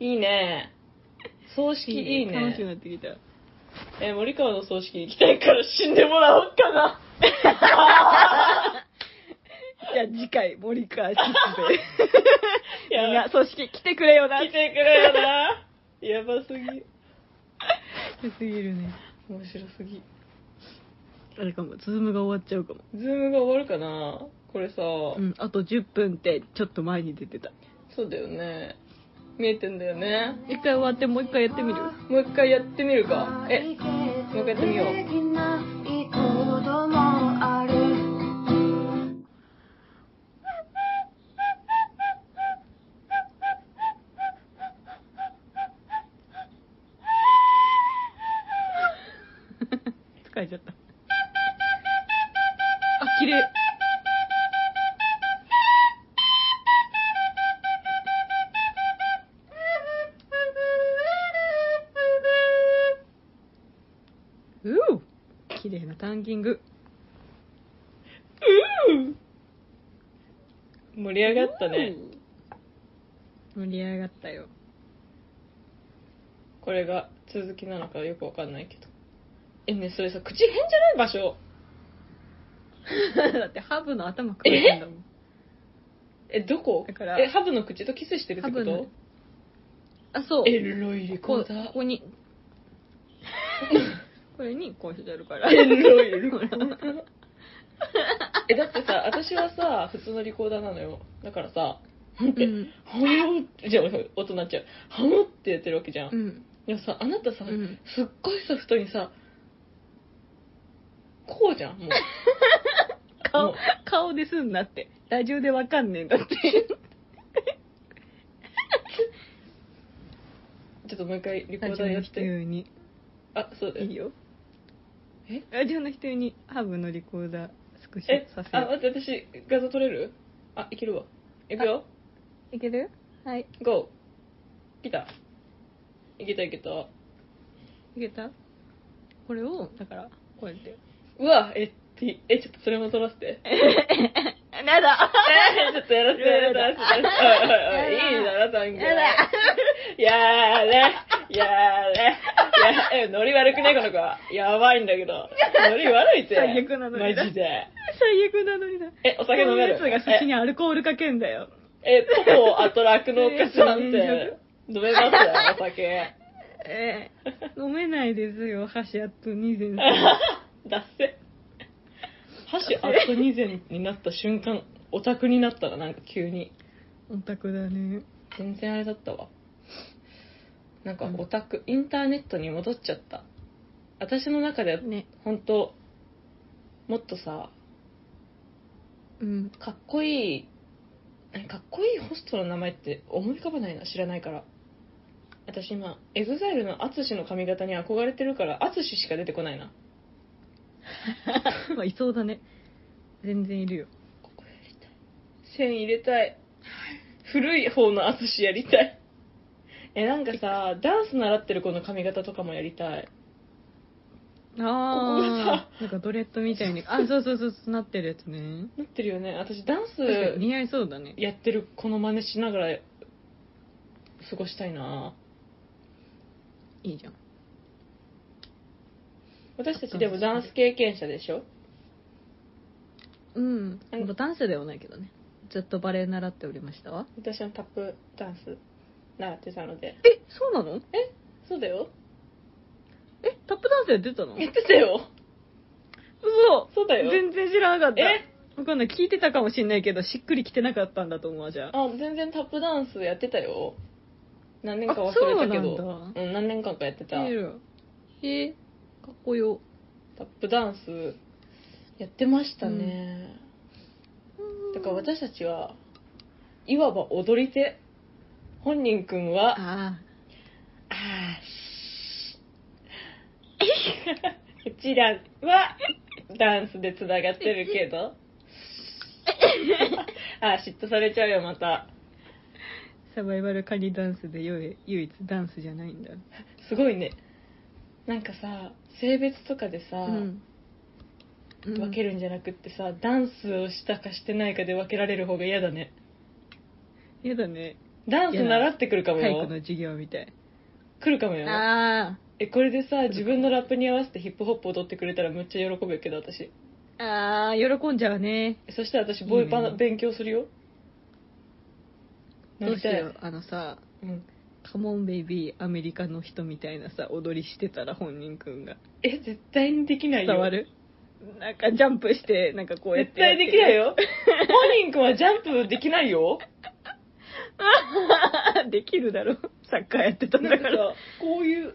S1: いいね。葬式いいね。
S2: 楽しくなってきた。
S1: えー森川の葬式行きたいから死んでもらおうか な。
S2: じゃあ次回、森川
S1: い
S2: し で。みん
S1: や
S2: な、、組織来てくれよな。
S1: 来てくれよな。 やばすぎ。
S2: すぎるね。
S1: 面白すぎ。
S2: あれかも、ズームが終わっちゃうかも。
S1: ズームが終わるかなこれさ、
S2: うん、あと10分って、ちょっと前に出てた。
S1: そうだよね。見えてんだよね。
S2: 一回終わって、もう一回やってみる
S1: もう一回やってみるか。え、
S3: も
S1: う一回やってみよう
S2: 疲れちゃった。あ、綺麗。うう綺麗なタンキング。
S1: 盛り上がったね。
S2: うん。盛り上がったよ。
S1: これが続きなのかよくわかんないけど。え、ね、それさ、口変じゃない場所。
S2: だってハブの頭くれてんだもん。
S1: え、どこ
S2: だから
S1: え、ハブの口とキスしてるってこ
S2: ハ
S1: と
S2: ブのあ、そう。
S1: えロいリコ
S2: こ
S1: ー
S2: う
S1: ダー
S2: こ。こ に。これにこうしてやるから。
S1: えロいリコーダー。え、だってさ、私はさ、普通のリコーダーなのよ。だからさ、なんて、
S2: うん
S1: はよって、じゃあ、音鳴っちゃう。はよってやってるわけじゃん。
S2: うん。
S1: でもさ、あなたさ、
S2: うん
S1: すっごいソフトにさ、こうじゃ ん、もう。も
S2: 顔
S1: う、
S2: 顔ですんなって。ラジオでわかんねえんだって。
S1: ちょっともう一回リコ
S2: ラ
S1: ー
S2: ジ
S1: ダ
S2: オ
S1: ーや
S2: の
S1: っ
S2: 人
S1: て。
S2: 用に。
S1: あ、そうだ
S2: いい
S1: よ。
S2: よ。
S1: え
S2: ラジオの人用にハブのリコーダースクシ
S1: え
S2: ョさ、せ
S1: あ、待
S2: る。
S1: って、私、画像撮れるあ、いけるわ。いくよ。
S2: いけるはい。
S1: GO! 来た。いけたいけた。
S2: いけたこれを、だから、こうやって。
S1: うわ、え、てえ、 ちょっとそれも撮らせて。
S2: なだ
S1: えちょっとやらせて、やら せて、やらせて。いいだろ、タンク。やれ、や れ。やえ、ノリ悪くね、この子。やばいんだけど。ノリ悪いって。
S2: 最悪なノ
S1: マ
S2: リだ
S1: ジで。
S2: 最悪なのにだ。
S1: えお酒飲める
S2: こういうやつが口にアルコールかけんだよ。
S1: え、ポポアトラクのお菓子 なんて
S2: 大丈、
S1: 飲めますお酒。
S2: ええ飲めないですよ、箸やっと2 膳。
S1: だっせ。箸アット2膳になった瞬間、オタクになったらなんか急に。
S2: オタクだね。
S1: 全然あれだったわなんかオタク、インターネットに戻っちゃった私の中で
S2: ね。
S1: 本当もっとさ
S2: うん。
S1: かっこいいえかっこいいホストの名前って思い浮かばないな知らないから私今エグザイルの淳の髪型に憧れてるから淳しか出てこないな
S2: まあ、いそうだね。全然いるよ。
S1: ここやりたい線入れたい古い方の淳やりたいえなんかさダンス習ってる子の髪型とかもやりたい
S2: ああ、なんかドレッドみたいに、あ、そうそうそうそう、なってるやつね。
S1: なってるよね私ダン
S2: 確かに
S1: ス
S2: 似合いそうだね。
S1: やってるこの真似しながら過ごしたいない
S2: いじゃん。
S1: 私たちでもダンス経験者でしょ
S2: うん。
S1: あの
S2: ダンスではないけどね。ずっとバレエ習っておりましたわ。
S1: 私はタップダンス習ってたので
S2: え、そうなの
S1: そうだよ
S2: え、タップダンスやってたの
S1: 言ってたよ
S2: 嘘
S1: そうだよ
S2: 全然知らなかった。
S1: え
S2: わかんない。聞いてたかもしんないけど、しっくりきてなかったんだと思うわ、じゃあ。
S1: あ全然タップダンスやってたよ何年か忘
S2: あそう
S1: れ
S2: なん
S1: た
S2: だ
S1: けどうん何年間かやってた
S2: 見えるえー、かっこよ。
S1: タップダンスやってましたね、だから私たちはいわば踊り手本人くんは
S2: あ
S1: あーしうちらはダンスでつながってるけ どあー嫉妬されちゃうよまた
S2: あ、サバイバルカニダンスで唯唯一ダンスじゃないんだ。
S1: すごいねなんかさ性別とかでさ、
S2: うん。
S1: 分け
S2: る。
S1: るんじゃなくってさダンスをしたかしてないかで分けられる方が嫌だね
S2: やだね。
S1: ダンス習ってくるかも
S2: 体
S1: よ
S2: 育の授業みたい。
S1: 来るかもよ
S2: あ
S1: えこれでさ自分のラップに合わせてヒップホップ踊ってくれたらめっちゃ喜ぶけど私
S2: あ、ああ、喜んじゃうね。
S1: そしたら私ボイパの勉強するよな
S2: どう
S1: り
S2: した
S1: い
S2: よう。あのさ、
S1: うん、
S2: カモンベイビーアメリカの人みたいなさ、踊りしてたら本人くんが。
S1: え絶対にできないよ
S2: 伝わるなんかジャンプして、なんかこうやっ
S1: 絶
S2: てや
S1: 対
S2: って
S1: できない。 よ本人くんはジャンプできないよ
S2: できるだろ。サッカーやってたん
S1: な
S2: だ
S1: ん
S2: か。
S1: からさこういう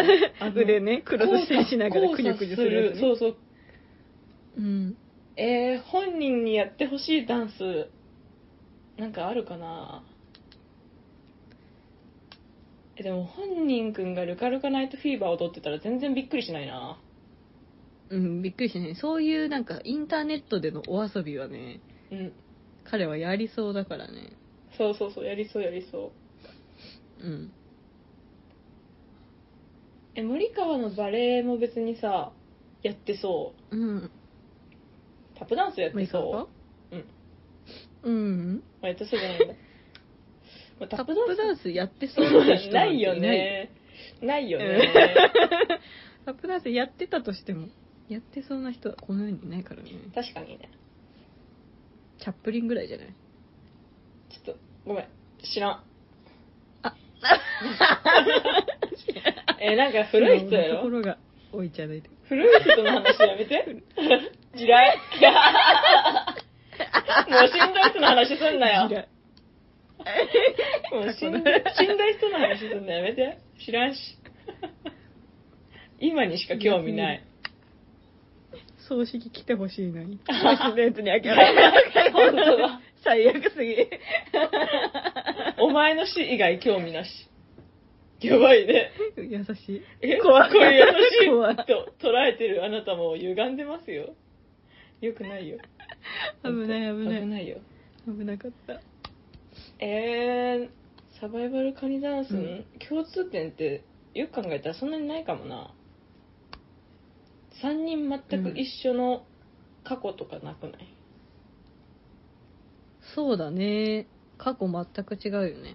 S1: なんていうの
S2: あ、腕ね、クロスしてしながら
S1: 交差
S2: くにゅくにゅするやつね。
S1: そうそう
S2: うん。
S1: えー、本人にやってほしいダンスなんかあるかなえでも本人くんが「ルカルカナイトフィーバー」踊ってたら全然びっくりしないな
S2: うん、びっくりしたね。そういうなんかインターネットでのお遊びはね、
S1: うん
S2: 彼はやりそうだからね。
S1: そうそうそうやりそうやりそう
S2: うん。
S1: え森川のバレエも別にさやってそう
S2: うん。
S1: タップダンスやっ
S2: まあい
S1: て
S2: いか
S1: そう、ま
S2: うん。うん。
S1: あ、やってそうじゃないん だ、まあ、
S2: タ
S1: タ
S2: ッ
S1: ッ
S2: プ
S1: プ
S2: ダ
S1: ダ
S2: ン
S1: ン
S2: スやってそうな
S1: ス
S2: 人
S1: な
S2: なんて
S1: いよねないよね、
S2: タップダンスやってたとしても、やってそうな人はこの世にいないからね。
S1: 確かにね
S2: チャップリンぐらいじゃない
S1: ちょっとごめん知らん
S2: あ
S1: えなんか古い人や
S2: とこ
S1: ろ
S2: ろが置いちゃないで。
S1: 古い人の話やめて 地雷もう死んだ人の話すんなよ
S2: 嫌い
S1: もう死んだ死んだ人の話すんのやめて知らんし今にしか興味ない
S2: 葬式来てほしいのに。私のやつに諦めな い
S1: 本当だ
S2: 最悪すぎ。
S1: お前の死以外興味なしやばいね
S2: 優しい。
S1: え
S2: 怖い
S1: これ優し
S2: 怖い
S1: いと捉えてるあなたも歪んでますよよくないよ
S2: 危ない危ない。
S1: 危ないよ
S2: 危なかった。
S1: えー、サバイバルカニダンス、
S2: うん
S1: 共通点ってよく考えたらそんなにないかもな3人全く一緒の過去とかなくない、
S2: そうだね。過去全く違うよね。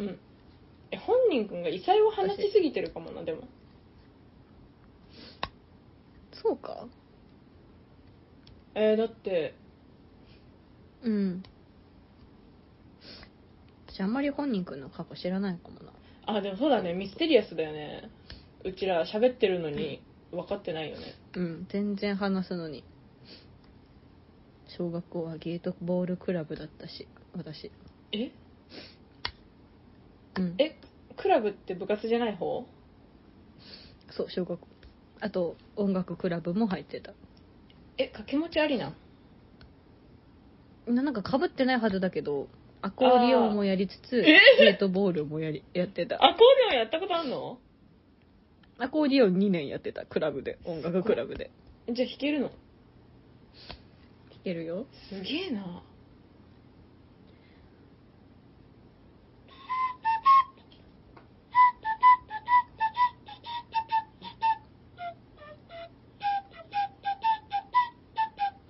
S1: うんえ本人くんが異彩を放ちすぎてるかもなでも
S2: そうか
S1: えー、だって
S2: うん。私あんまり本人くんの過去知らないかもな。
S1: あでもそうだねミステリアスだよねうちら喋ってるのに分かってないよね
S2: うん、全然話すのに。小学校はゲートボールクラブだったし、私。
S1: え
S2: うん。
S1: えクラブって部活じゃない方
S2: そう、小学校。あと、音楽クラブも入ってた。
S1: え掛け持ちありなん
S2: ななんか被ってないはずだけど、アコーディオンもやりつつ、
S1: え
S2: ゲートボールもやりやってた。
S1: アコーディオンやったことあんの
S2: アコーディオン2年やってた、クラブで。音楽クラブで。
S1: じゃあ弾けるの
S2: 弾けるよ。
S1: すげえな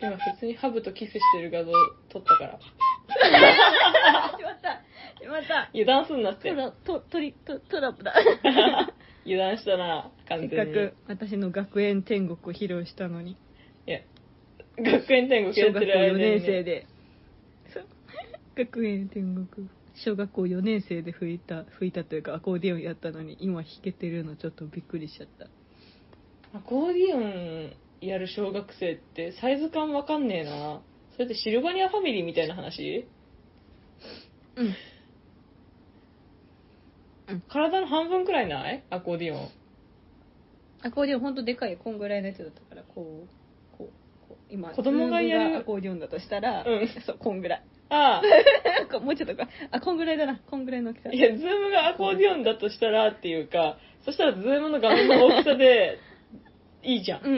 S1: 今普通にハブとキスしてる画像撮ったから。
S2: しまったしまった
S1: 油断すんなっ
S2: ト
S1: て。
S2: ラトトリトトラップだ
S1: 油断したな、
S2: せ
S1: 完
S2: っか
S1: 全に。
S2: く私の学園天国を披露したのに
S1: いや、学園天国や
S2: 小
S1: ってる
S2: 学校
S1: 間
S2: 4
S1: にね
S2: 年生でそう 学園天国小学校4年生で吹いた吹いたというかアコーディオンやったのに今弾けてるのちょっとびっくりしちゃった
S1: アコーディオンやる小学生ってサイズ感わかんねえな。それってシルバニアファミリーみたいな話
S2: うん
S1: 体の半分くらいないアコーディオン。
S2: アコーディオンほんとでかいこんぐらいのやつだったからこうこうこう今
S1: 子供がやる
S2: ズームアコーディオンだとしたら、
S1: うん
S2: そうこんぐらい
S1: あ
S2: こうもうちょっとかあこんぐらいだなこんぐらいの大きさ
S1: あ、いや、ズームがアコーディオンだとしたらっていうか、そしたらズームの画面の大きさで、 いいじゃん。
S2: う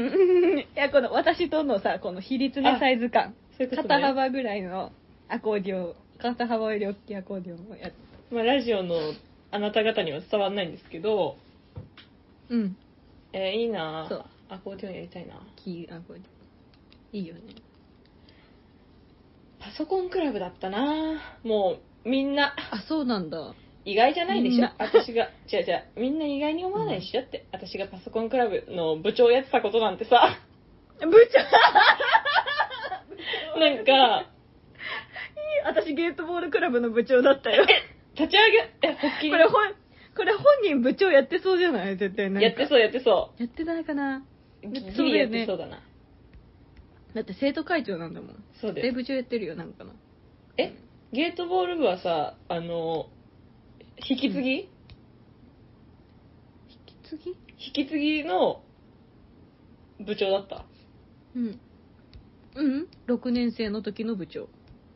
S2: ん いやこの私とのさこの比率のサイズ感
S1: そういうことね
S2: 肩幅ぐらいのアコーディオン肩幅より大きいアコーディオンをやっ
S1: まあ、ラジオのあなた方には伝わんないんですけど、
S2: うん
S1: えーいいな
S2: そう
S1: アコーディオンやりたいな
S2: キーアコーディオンいいよね
S1: パソコンクラブだったなもうみんな
S2: あそうなんだ
S1: 意外じゃないで
S2: み
S1: し
S2: ん
S1: ょ
S2: な
S1: 私が違う違うみんな意外に思わないでしょって私がパソコンクラブの部長やってたことなんて さ
S2: ブーちゃん
S1: なんか
S2: 私ゲートボールクラブの部長だったよ
S1: 立ち上げえ発起
S2: これ本、これ本人部長やってそうじゃない絶対なんか
S1: やってそうやってそ
S2: やってないかな
S1: う
S2: や
S1: ギ
S2: ってそう
S1: リ
S2: だ
S1: や
S2: よ
S1: っ
S2: ね
S1: てそうだな
S2: だって生徒会長なんだもん。
S1: そうで
S2: 絶対
S1: す
S2: 部長やってるよ、なんかの。
S1: えゲートボール部はさあの引き継ぎ、
S2: 次
S1: 引き継ぎの部長だった
S2: うん。うん。6年生の時の部長。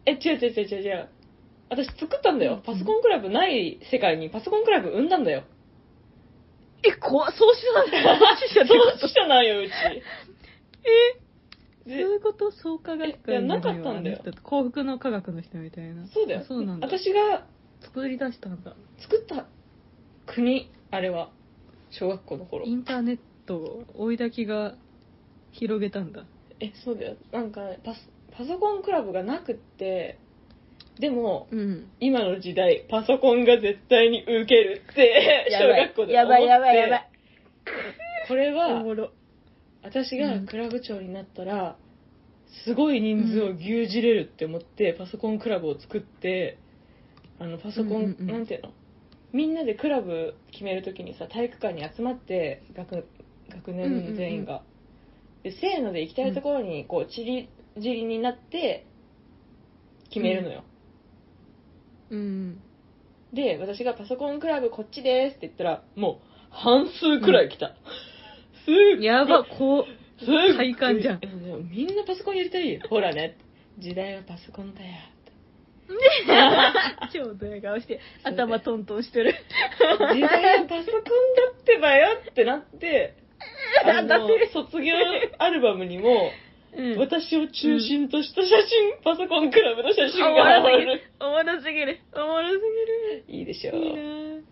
S1: え、違う違う違う違う違う。私作ったんだよ。パソコンクラブない世界にパソコンクラブ生んだんだよ。
S2: え、怖創始者だよ。創 始
S1: そ
S2: 者
S1: うしたなよ、うち。
S2: え
S1: で
S2: そういうこと創価学会
S1: えいやなかったんだよ
S2: あの人幸福の科学の人みたいな。
S1: そうだよ。
S2: そうなんだ。
S1: 私が
S2: 作り出したんだ。
S1: 作った国、あれは。小学校の頃
S2: イ。ンターネットを追いだきが広げたんだ。
S1: え、そうだよ。なんかパス、パソコンクラブがなくって、でも、
S2: うん。
S1: 今の時代、パソコンが絶対に受けるって、小学校で思って。
S2: い。
S1: これ
S2: お
S1: は、
S2: もろ。
S1: 私がクラブ長になったら、すごい人数を牛耳れるって思って、パソコンクラブを作ってあのパソコン、
S2: うんうんうん
S1: なんていうのみんなでクラブ決めるときにさ体育館に集まって学学年全員が、でせーので行きたいところにこうちりじりになって決めるのよ、
S2: うん。
S1: で私が「パソコンクラブこっちです」って言ったらもう半数くらい来た、すっごい
S2: やば、こう。
S1: すっごい
S2: 体感じゃん
S1: でもみんなパソコンやりたいよ。 ほらね。時代はパソコンだよ。
S2: 超ドヤ顔して頭トントンしてる
S1: 時代はパソコンだってばよってな って、あ
S2: だ
S1: の
S2: ってる、
S1: 卒業アルバムにも、
S2: うん
S1: 私を中心とした写真、パソコンクラブの写真
S2: おも
S1: が
S2: ろす
S1: あ
S2: ぎる
S1: る。
S2: おもろすぎるおもろす
S1: いいでし
S2: ぎ
S1: ょ。
S2: るいいうなぁ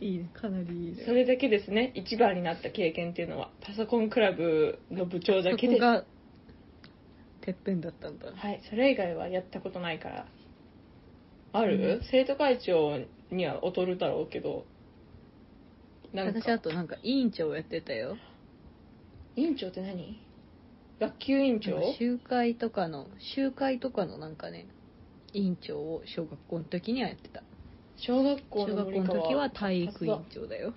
S2: いいねかなりいいね
S1: それだけですね、一番になった経験っていうのは、パソコンクラブの部長だけ
S2: そこ
S1: です。は
S2: がてっぺんだったんだ
S1: い、それ以外はやったことないから。ある、
S2: うん
S1: 生徒会長には劣るだろうけど。なんか
S2: 私あとなんか委員長をやってたよ
S1: 委員長って何学級委員長
S2: なんか集会とかの集会とかのなんかね委員長を小学校の時にはやってた
S1: 小学校
S2: 小
S1: の
S2: 学
S1: 森
S2: 校の時
S1: 川
S2: は体育委員長だよ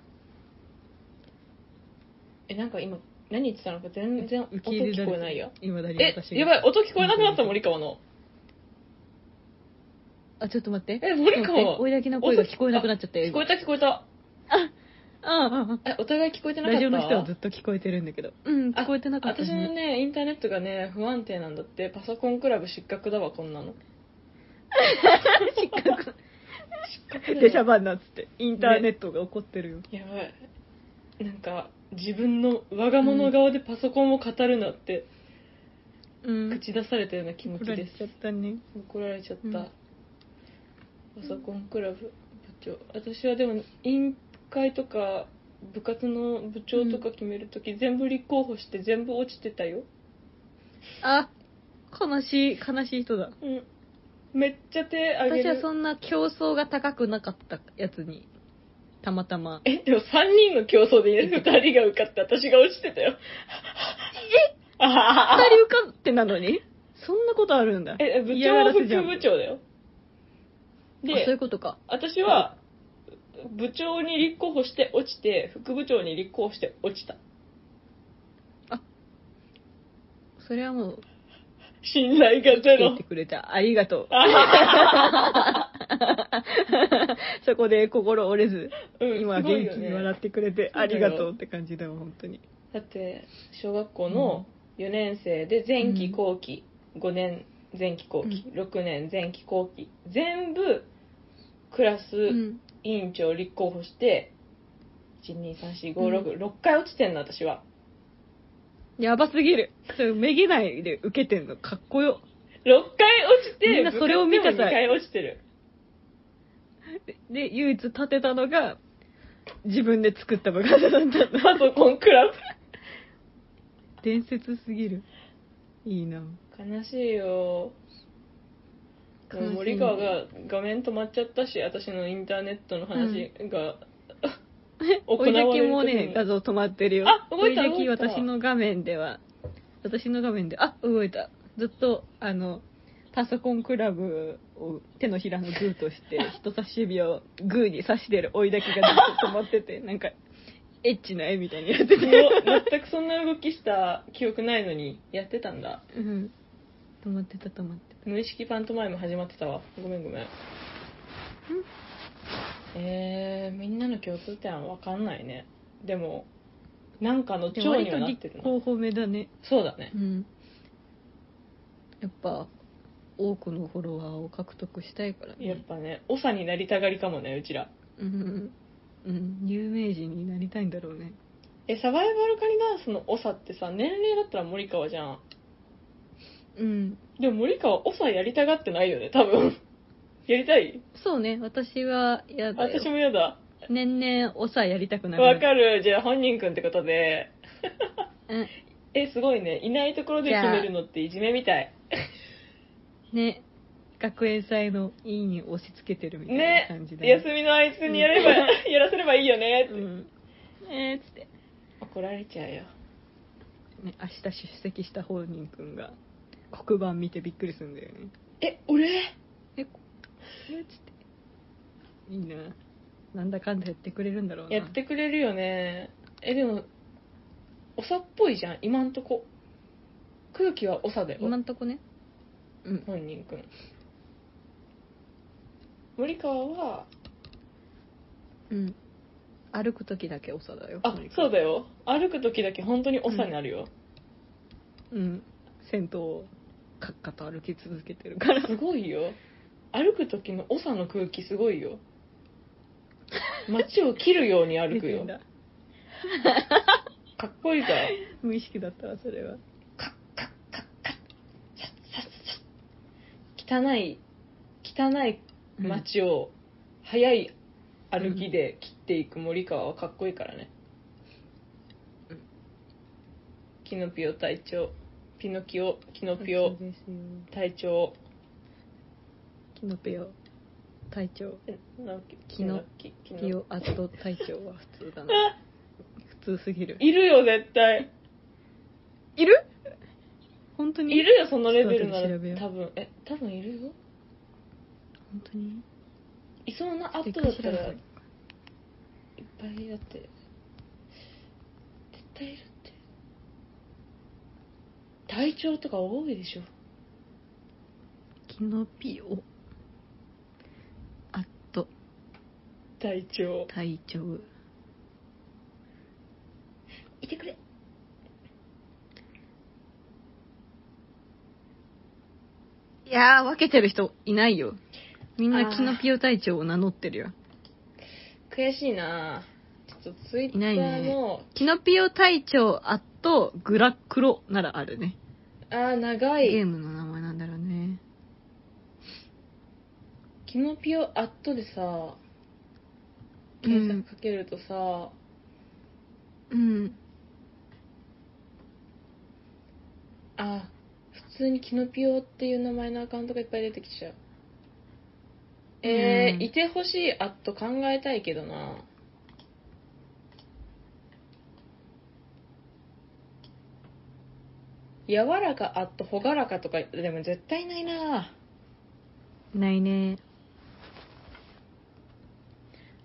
S1: えなんか今何言ってたのか全然音聞こえないよ
S2: いまだに
S1: え
S2: 私が
S1: やばい音聞こえなくなった森川の
S2: あちょっと待って
S1: え森
S2: ちょっと
S1: 川
S2: 待って追いだきの声が聞こえなくなっちゃったよ
S1: 聞こえた聞こえた
S2: ああああ
S1: えお互い聞こえてなか
S2: ラ
S1: った
S2: ジオの人はずっと聞こえてるんだけど。うん、聞こえてなかった、
S1: 私の。ねインターネットがね不安定なんだってパソコンクラブ失格だわこんなの
S2: 失格。
S1: 失格だよ
S2: でしゃばんなっつって、インターネットが怒ってるよ。
S1: やばいなんか自分の我が物顔でパソコンを語るなって
S2: うん。
S1: 口出されたような気持
S2: 怒
S1: ち
S2: ら
S1: で
S2: れ
S1: す
S2: ちゃったね。
S1: 怒られちゃった、
S2: うん
S1: パソコンクラブ部長私はでも委員会とか部活の部長とか決めるとき、全部立候補して全部落ちてたよ
S2: あ、悲しい、悲しい人だ。
S1: うんめっちゃ手あげ
S2: 私
S1: る
S2: はそんな競争が高くなかったやつに、たまたま。
S1: えでも3人の競争で2人が受かって私が落ちてたよえ
S2: 二
S1: あ
S2: 人受かってなのにそんなことあるんだ。
S1: え部
S2: 嫌
S1: 長は
S2: がら
S1: 副部
S2: せじゃん
S1: 長だよ
S2: あそうい
S1: で
S2: うことか。
S1: 私は部長に立候補して落ちて副部長に立候補して落ちた
S2: それはもう、
S1: 信頼がゼ
S2: 言っ
S1: ロ
S2: てくれた。ありがとう。そこで心折れず、
S1: うん
S2: 今
S1: す
S2: 元
S1: ご
S2: 気
S1: いよね
S2: に笑ってくれて、ありがとうって感じだわ、本当に。
S1: だって小学校の4年生で前期後期、5年前期後期、6年前期後期全部クラス
S2: うん。
S1: 委員長立候補して、1234566回落ちてんの私は
S2: やばすぎる。それ、めげないで受けてんの、かっこよ。
S1: 6回落ちて
S2: みんなそれを見てさ
S1: 部活でも2回落ちて る
S2: で、で唯一立てたのが、自分で作った部活だったんだ。
S1: パソコンクラブ
S2: 伝説すぎる。い いな。
S1: 悲しいよ
S2: 悲しいね
S1: 森川が画面止まっちゃったし私のインターネットの話が、行わ
S2: 追い
S1: れる
S2: 焚きも
S1: 時
S2: ね
S1: に、
S2: 画像止まってるよ。
S1: あ動いた
S2: 追い
S1: 動
S2: 焚
S1: い
S2: き
S1: た
S2: 私の画面では、私の画面で、あ、動いた。ずっと、あの、パソコンクラブを手のひらのグー として、人差し指をグーに刺してる追い焚きがずっと止まってて、なんか、エッチな絵みたいにやってて。
S1: もう全くそんな動きした記憶ないのにやってたんだ
S2: うん。止まってた止まってた。
S1: 無意識パントマイム始まってたわごめんごめんえー、みんなの共通点は分かんないねでもなんかの
S2: で
S1: 蝶
S2: も
S1: に
S2: 割
S1: は
S2: と
S1: なってる
S2: 立
S1: の
S2: 候補目だね。
S1: そうだね
S2: うん。やっぱ、多くのフォロワーを獲得したいからね。
S1: やっぱね長になりたがりかもねうちら
S2: うん、うん、有名人になりたいんだろうね
S1: えサバイバルカニダンスの長ってさ年齢だったら森川じゃん
S2: うん
S1: でも森川長やりたがってないよね多 分やりたい
S2: そうね私はやだよ
S1: 私もやだ
S2: 年々おさやりたくなる
S1: わかるじゃあ本人くんってことで
S2: うん
S1: えすごいねいないところで決めるのっていじめみたい
S2: ね学園祭の委員を押し付けてるみたいな
S1: ね
S2: 感じで、
S1: 休みのあいつにやれば、 やらせればいいよねって、
S2: うんえー、っつって、
S1: 怒られちゃうよ
S2: ね、明日出席した本人くんが黒板見てびっくりするんだよね
S1: え俺
S2: えこえっつっていいななんだかんだやってくれるんだろうな
S1: やってくれるよねえでも長っぽいじゃん今んとこ空気は長だよ
S2: 今んとこねうん
S1: 本人くん森川は
S2: うん歩く時だけおさだよ
S1: あそうだよ歩く時だけ本当に長になるよ、
S2: うん、銭湯をカッカと歩き続けてる から
S1: すごいよ歩く時の長の空気すごいよ街を切るように歩く
S2: 出て
S1: よ
S2: んだ
S1: かっこいいから
S2: 無意識だったわそれは
S1: カッカッカッカッサッサッサッ汚い汚い街を速い歩きで切っていく森川はかっこいいからね、
S2: うん
S1: キノピオ隊長ピノキオキノピオ
S2: そうですよ
S1: 隊長
S2: キノピオ隊長
S1: えなんだっけ
S2: キノ
S1: キキ
S2: ピ
S1: ノ
S2: オアット隊長は普通だ な
S1: あ
S2: 普通すぎる
S1: いるよ絶対
S2: いる本当に
S1: いるよそのレベルなら
S2: ちょっと後で調べよう
S1: 多分え多分いるよ
S2: 本当に
S1: いそうなアップだったら
S2: びっくり
S1: いっぱいだって絶対いるって体調とか多いでしょ
S2: キノピオアット
S1: 体調
S2: 隊長
S1: いてくれ
S2: いやー分けてる人いないよみん
S1: あ
S2: な
S1: ー
S2: キノピオ隊長を名乗ってるよ
S1: 悔しいなぁちょっとツイッタ
S2: いない
S1: ーの
S2: ねキノピオ隊長アットグラクロならあるね
S1: あー長
S2: ゲー
S1: い
S2: ムの名前なんだろうね。
S1: キノピオアットでさ検索かけるとさ、
S2: うん。
S1: あ普通にキノピオっていう名前のアカウントがいっぱい出てきちゃうえー
S2: うん
S1: いてほしいあと考えたいけどな柔らかあとほがらかとかでも絶対ないな
S2: ないね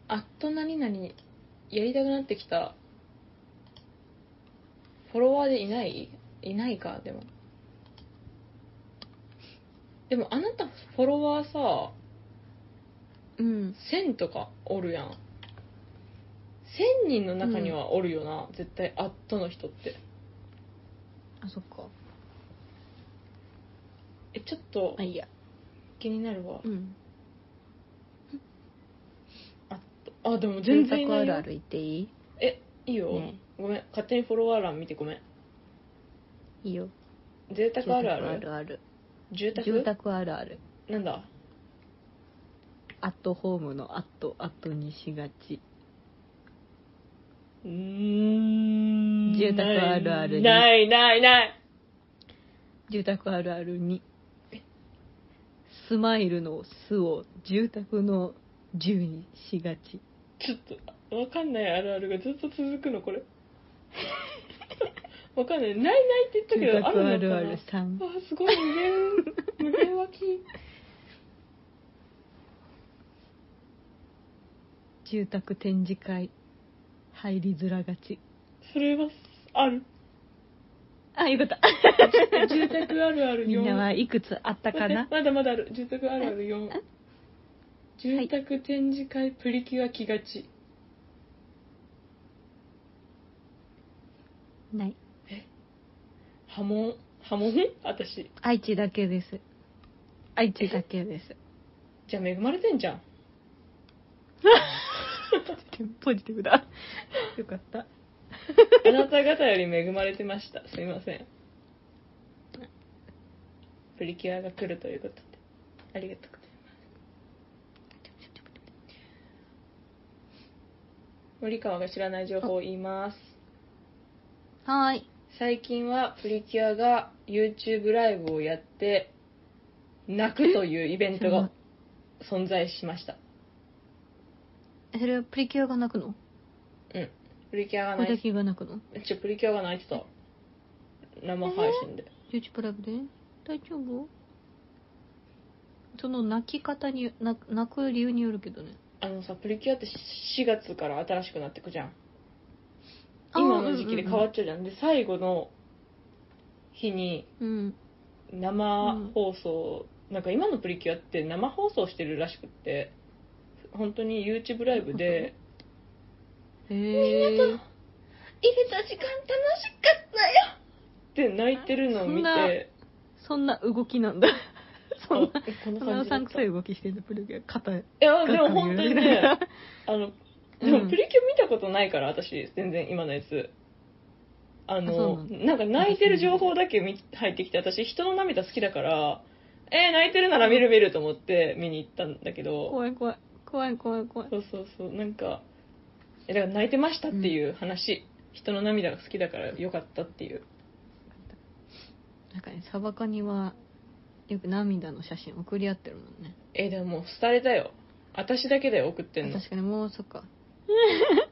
S1: あっと何々やりたくなってきたフォロワーでいないいないかでもでもあなたフォロワーさ
S2: うん
S1: 1000とかおるやん1000人の中にはおるよな、絶対あっとの人って
S2: あそっか
S1: えちょっと
S2: あいいや
S1: 気になるわ、
S2: うん
S1: ああでも全然いない
S2: ある
S1: よ
S2: ある言っていい
S1: えいいよ、
S2: ね
S1: ごめん勝手にフォロワー欄見てごめん
S2: いいよ
S1: 贅沢あるある
S2: 住宅
S1: 住宅
S2: あるある住宅あるある
S1: なんだ
S2: アットホームのアットアットにしがち
S1: うーん
S2: 住宅あるあるに
S1: ないないない
S2: 住宅あるあるにスマイルの「す」を住宅の「住」にしがち
S1: ちょっとわかんないあるあるがずっと続くの これわかんないないないって言ったけ
S2: 住
S1: どある
S2: 宅
S1: のかな
S2: あるある3
S1: わあすごい無限無限湧き
S2: 住宅展示会入りづらがち
S1: それはある
S2: あよかった
S1: 住宅あるある4
S2: みんなはいくつあったかな
S1: まだまだある住宅あるある4住宅展示会プリキュア気がち
S2: ない
S1: 波紋波紋私
S2: 愛知だけです愛知だけです
S1: じゃあ恵まれてんじゃん
S2: ポジティブだよかった
S1: あなた方より恵まれてました。すいません。プリキュアが来るということで。ありがとうございます。森川が知らない情報を言います。
S2: はーい
S1: 最近はプリキュアが YouTube ライブをやって、泣くというイベントが存在しました。
S2: それはプリキュアが泣くの
S1: うん。プリキュアが
S2: 小
S1: 泣
S2: 田
S1: いて
S2: 切が泣くの
S1: ちょ、プリキュアが泣いてた。生配信で。
S2: YouTube ライブで大丈夫その泣き方にな泣く理由によるけどね
S1: あのさ、プリキュアって4月から新しくなってくじゃん。
S2: あー
S1: 今の時期で変わっ
S2: う
S1: ちゃうじゃん。で、最後の日に
S2: うん
S1: 生放送、なんか今のプリキュアって生放送してるらしくって、本当に YouTube ライブで、
S2: へ え
S1: 入れた時間楽しかったよって泣いてるのを見
S2: そんな
S1: て、
S2: そんな動き なんだそんな
S1: あえこんな
S2: そん
S1: 感
S2: なう
S1: じだ
S2: さ
S1: っ
S2: ん
S1: た
S2: くさい動きしてるのプリキュア肩が
S1: いや、
S2: ガ
S1: で
S2: ンガ
S1: も
S2: ン
S1: 本当に
S2: 揺れな
S1: ね
S2: が、ら
S1: あの、でも
S2: うん
S1: プリキュア見たことないから、私、全然今のやつ。あ
S2: あそう
S1: の、
S2: な
S1: なんんか泣いてる情報だけ見入ってきて、私、人の涙好きだから、えー、泣いてるなら見る見ると思って見に行ったんだけど、
S2: 怖い怖い怖い怖い怖い
S1: そうそうそう、なんか、えだから泣いてましたっていう話、人の涙が好きだからよかったっていう。
S2: なんかねサバカにはよく涙の写真送り合ってるもんね
S1: えーでももう廃れたよ。私だけで送ってんの。
S2: 確かにもうそっか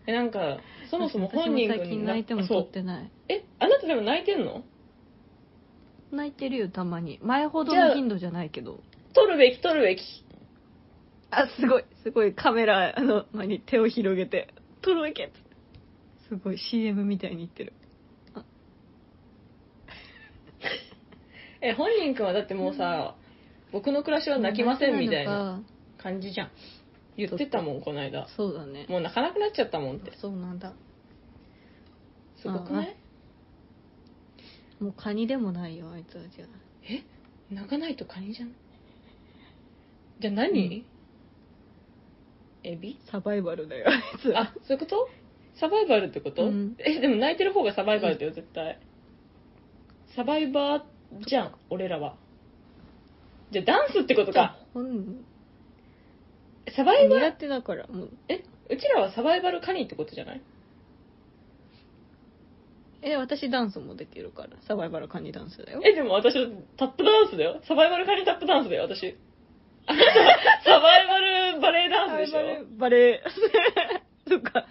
S1: え、なんか、そもそも本人
S2: 私も最近泣いても
S1: そ
S2: 撮
S1: う
S2: っ。てない
S1: え、あなたでも泣いてんの
S2: 泣いてるよたまに前ほどの頻度じゃないけど
S1: 撮るべき、撮るべき。
S2: あすごいすごいカメラあの前に手を広げて「撮るわけ!って」すごい CM みたいに言ってる
S1: え本人くんはだってもうさ、僕の暮らしは泣きませんみたいな
S2: 泣か
S1: 感じじゃん言ってたもんこの間
S2: いのかそうだね
S1: もう泣かなくなっちゃったもんって
S2: そうなんだ
S1: すごくない
S2: もうカニでもないよあいつはじゃあ
S1: え泣かないとカニじゃんじゃあ何、エビ
S2: サバイバルだよあいつは
S1: あそういうことサバイバルってこと、
S2: うん
S1: えでも泣いてる方がサバイバルだよ絶対サバイバーじゃん俺らはじゃあダンスってことか
S2: 本
S1: サバイバ
S2: 苦
S1: ル
S2: 手だからもう
S1: えうちらはサバイバルカニってことじゃない
S2: え私ダンスもできるからサバイバルカニダンスだよ
S1: え、でも私、タップダンスだよ。サバイバルカニタップダンスだよ、私。 あなた、サバイバルバレエダンスでし
S2: サバイバ
S1: ょ
S2: ルバレエ そっか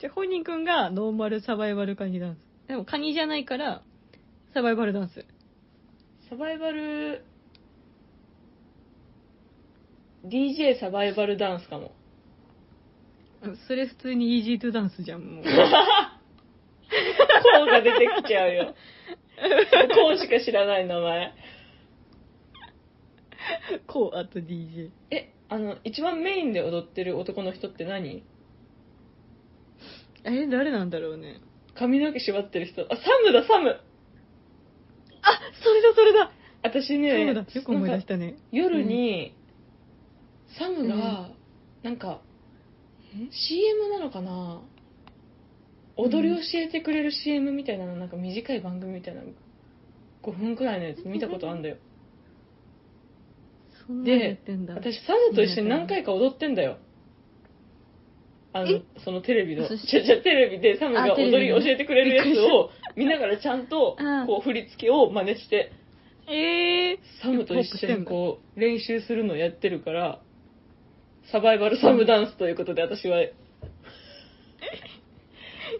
S2: じゃあ本人くんがノーマルサバイバルカニダンスでもカニじゃないからサバイバルダンス
S1: サバイバル、DJ サバイバルダンスかも。
S2: うんそれ普通にイージートゥダンスじゃん もう
S1: コーンが出てきちゃうよ。コーンしか知らない名前。
S2: こうあと DJ
S1: え、あの、一番メインで踊ってる男の人って何
S2: え誰なんだろうね
S1: 髪の毛縛ってる人。あ、サムだ、サム。
S2: あそれだそれだ
S1: 私
S2: そう
S1: ね、
S2: だよく思い出
S1: な
S2: し
S1: んか
S2: たね
S1: 夜に、サムが、なんか、
S2: ん
S1: CM なのかな踊り教えてくれる CM みたいなの、なんか短い番組みたいなの5分くらいのやつ見たことあん だよ。
S2: そんなのやっ
S1: で
S2: てんだ、
S1: 私、サムと一緒に何回か踊ってんだよ。あの
S2: え、
S1: そのテレビの、じ
S2: そ
S1: ゃ、
S2: し
S1: じゃ、テレビでサムが
S2: あテレ
S1: 踊
S2: ビの
S1: り
S2: ね
S1: 教えてくれるやつを見ながらちゃんと
S2: あ、
S1: こう、振り付けを真似して、
S2: ええ
S1: サムと一緒にこう、練習するのをやってるから、サバイバルサムダンスということで、私は、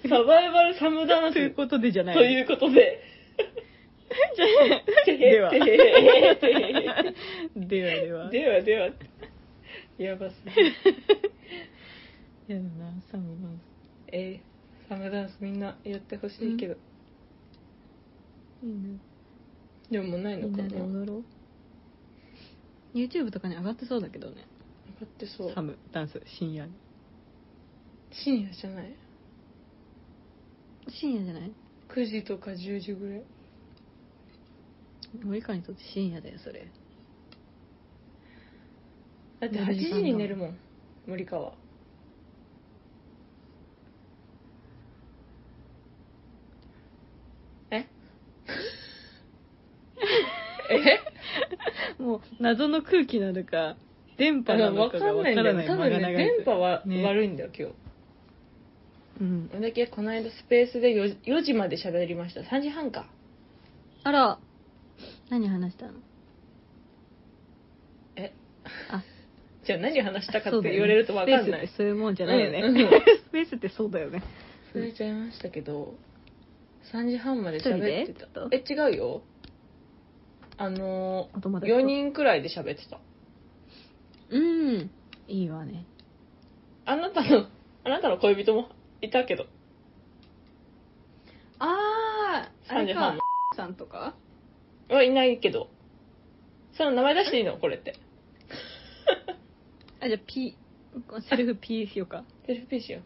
S1: サバイバルサムダンス
S2: ということでじゃない
S1: ということで、てへ
S2: では
S1: てへてへ
S2: ではでは
S1: ではでは、やばすぎる。
S2: やだなサムダンス
S1: えー、サムダンスみんなやってほしいけど、
S2: いいな
S1: でももうない
S2: み
S1: の
S2: ん
S1: か
S2: な
S1: な
S2: で
S1: 上が
S2: 踊ろう YouTube とかに上がってそうだけどね
S1: ってそう
S2: サムダンス深夜に
S1: 深夜じゃない
S2: 深夜じゃない
S1: 9時とか10時ぐらい
S2: 森川にとって深夜だよそれ
S1: だって
S2: 何
S1: 8
S2: 時
S1: 時
S2: 間
S1: に寝るもん森川ええ
S2: もう謎の空気なのか電波
S1: あ
S2: な
S1: の
S2: の
S1: わ
S2: か
S1: か
S2: が
S1: んな
S2: わか
S1: いんだ
S2: ら
S1: よ
S2: ない
S1: 多分ね電波は悪
S2: い、
S1: いんだよ今日
S2: うん、
S1: だけこの間スペースで 4, 4時まで喋りました3時半か
S2: あら何話したの
S1: え
S2: あ
S1: じゃあ何話したか
S2: そ
S1: っ
S2: うだ
S1: て
S2: よね
S1: 言われると分かんない
S2: スペースってそういうもんじゃないよね、
S1: うんうん
S2: スペースってそうだよね
S1: 忘れちゃいましたけど3時半まで喋ってた
S2: 一人で
S1: え違うよあの
S2: お友達と
S1: 4人くらいで喋ってた
S2: うんいいわね
S1: あなたのあなたの恋人もいたけど
S2: あああれ
S1: 3時半
S2: か
S1: の
S2: さんとか
S1: はいないけどその名前出していいのこれ って
S2: あじゃあ P セルフ P しようか
S1: セルフピーしよう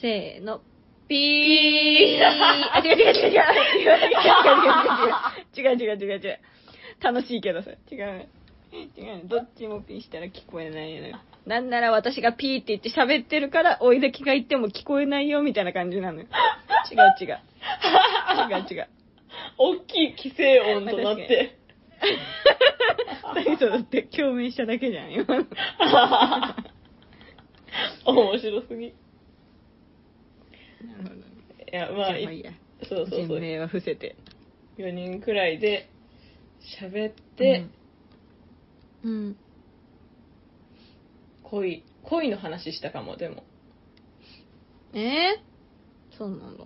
S2: せーの
S1: ピー
S2: あ違う違う違う違う違う違う違う違う違う違う違う違う楽しいけどさ違う違うどっちもピーしたら聞こえないのよなんなら私がピーって言って喋ってるから追い出きが言っても聞こえないよみたいな感じなのよ違う違う違う違う
S1: 大きい規制音となって
S2: 何それって共鳴しただけじゃん今の
S1: 面白すぎいやまあ
S2: じゃあまあいいや
S1: そうそうそ
S2: 人
S1: う
S2: 名は伏せて
S1: 4人くらいで喋って、
S2: うん、うん
S1: 恋恋の話したかもでも
S2: えー、そうなんだ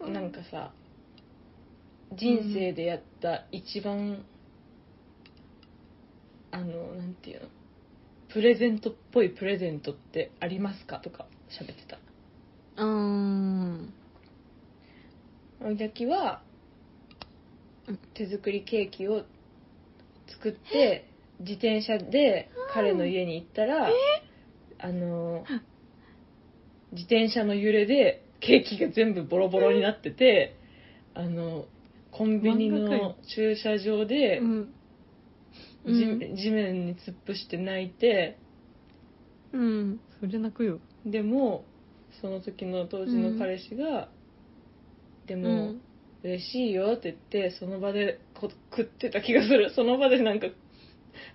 S2: うん
S1: なんかさ人生でやった一番、あのなんていうのプレゼントっぽいプレゼントってありますかとか喋ってた
S2: うーん
S1: おいだきは
S2: うん
S1: 手作りケーキを作って自転車で彼の家に行ったら、あの自転車の揺れでケーキが全部ボロボロになってて、あのコンビニ
S2: 漫画か
S1: の
S2: よ
S1: 駐車場で
S2: うん
S1: じ
S2: うん
S1: 地面に突っ伏して泣いて
S2: うんそれ泣くよ
S1: でもその時の当時の彼氏が、でも、
S2: うん
S1: 嬉しいよって言ってその場でこ食ってた気がするその場でなんか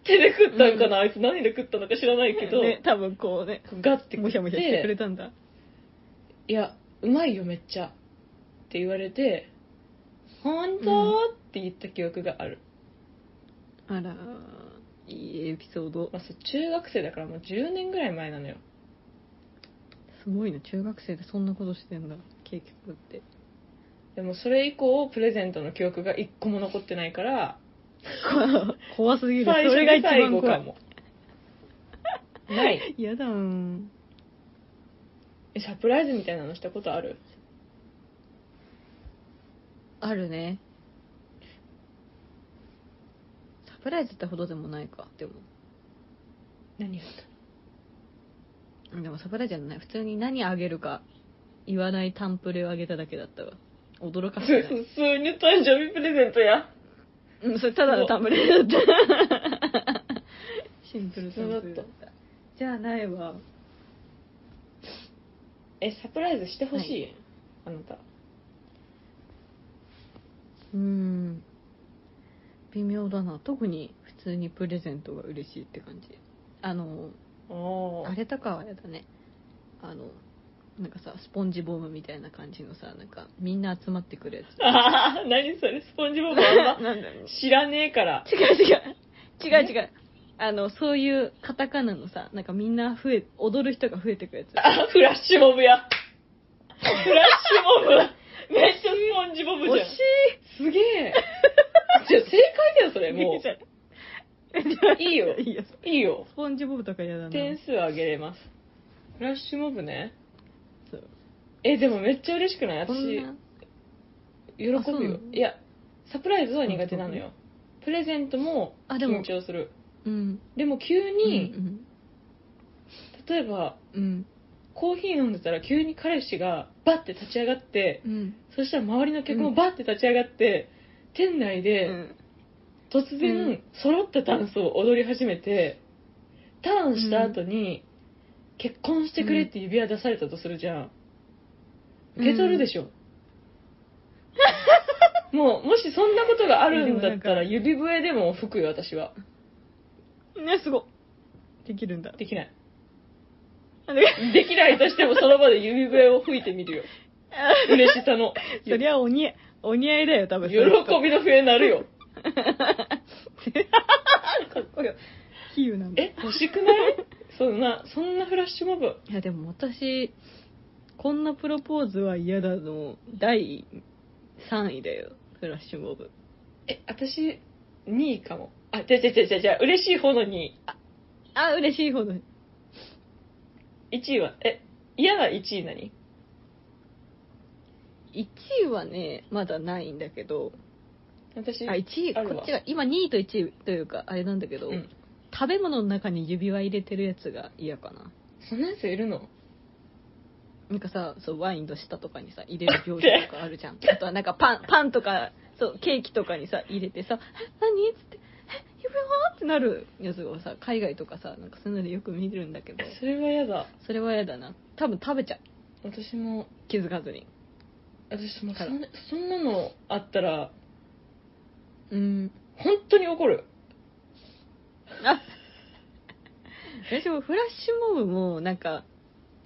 S1: 手で食ったんかな、あいつ何で食ったのか知らないけど、
S2: ね多分こうね
S1: ガッて食って
S2: むしゃむしゃしてくれたんだ
S1: いや、うまいよ、めっちゃ。って言われて、本当、
S2: う
S1: って言った記憶がある。
S2: あらいいエピソード
S1: まあ、そう中学生だからもう10年ぐらい前なのよ。
S2: すごいね中学生でそんなことしてんだケーキ作って
S1: でもそれ以降、プレゼントの記憶が1個も残ってない から、
S2: 怖すぎるそ
S1: 最初
S2: れが
S1: が
S2: 一
S1: 最
S2: 番
S1: 後
S2: 怖
S1: か
S2: い
S1: も。ない。
S2: やだうん
S1: えサプライズみたいなのしたことある
S2: あるねサプライズってほどでもないかでも
S1: 何やっ
S2: でもサプライズじゃない普通に何あげるか言わないタンプレをあげただけだったわ驚
S1: た
S2: か
S1: 普
S2: せない
S1: 通に誕生日プレゼントや。
S2: うんそれただのタンプレだったシンプルタンプレだったじゃあないわ
S1: え、サプライズしてほしい、
S2: は
S1: あなた。
S2: うん微妙だな特に普通にプレゼントが嬉しいって感じあの
S1: おー
S2: あれとかはあれだねあのなんかさスポンジボームみたいな感じのさなんかみんな集まってくるやつ
S1: あー 何それ、スポンジボブあ んま
S2: なんだろう
S1: 知らねえから。
S2: 違う違う違う違うあのそういうカタカナのさなんかみんな増え踊る人が増えてくるやつ
S1: あ、フラッシュモブや。フラッシュモブ。 めっちゃスポンジボブじゃん。すげえ。 じゃあ正解だよ、それ。もう。 いいよ
S2: い。いよ
S1: いいよ。
S2: スポンジボブとか嫌だな
S1: 点数上げれます。フラッシュモブね。
S2: そう
S1: え、でもめっちゃ嬉しくない
S2: こん
S1: 私、
S2: な
S1: 喜ぶ
S2: あそうな
S1: よ
S2: の。
S1: いや、サプライズは苦手なのよ。プレゼントも
S2: あでも
S1: 緊張する。
S2: うん
S1: でも急に、
S2: うん
S1: 例えば、
S2: うん
S1: コーヒー飲んでたら急に彼氏がバッて立ち上がって、
S2: うん
S1: そしたら周りの客もバッて立ち上がって、店内
S2: う
S1: で
S2: ん
S1: 突
S2: う
S1: 然
S2: ん
S1: 揃ったダンスを踊り始めて、ターンした後に、結婚してくれって指輪出されたとするじゃん。
S2: うん
S1: 受け取るでしょ。 もう、もしそんなことがあるんだったら、
S2: え
S1: 指笛でも吹くよ、私は。
S2: ねすごいできるんだ
S1: できない。
S2: あで
S1: できないとしても、その場で指笛を吹いてみるよ。嬉しさの。
S2: そりゃおにお似合いだよ多分
S1: 喜びの笛になる よ。
S2: かっこよ比喩なん だ
S1: え、欲しくないそんな、そんなフラッシュモブ。
S2: いやでも私こんなプロポーズは嫌だの第3位だよフラッシュモブ
S1: え、私、2位かも。あ、じゃじゃじゃじゃじゃ嬉しい方の2位。
S2: あ嬉しいほど
S1: 1位は、え、嫌な1位何
S2: 1位はねまだないんだけど
S1: 私、
S2: あ1位
S1: あるわ
S2: こっちが今2位と1位というかあれなんだけど、
S1: うん。
S2: 食べ物の中に指輪入れてるやつが嫌かな
S1: そんなやついるの
S2: なんかさそうワインの下とかにさ入れる料理とかある じゃんあとはなんかパンパンとかそうケーキとかにさ入れてさ「え何?」っつって「え指輪?」ってなるやつをさ海外とかさなんかそういうのでよく見るんだ けど
S1: それは嫌だ。
S2: それは嫌だな多分食べちゃう
S1: 私も、
S2: 気づかずに
S1: 私もそ
S2: から
S1: んなそんなのあったら、
S2: うん
S1: 本当に怒る。
S2: あ 私もフラッシュモブもなんか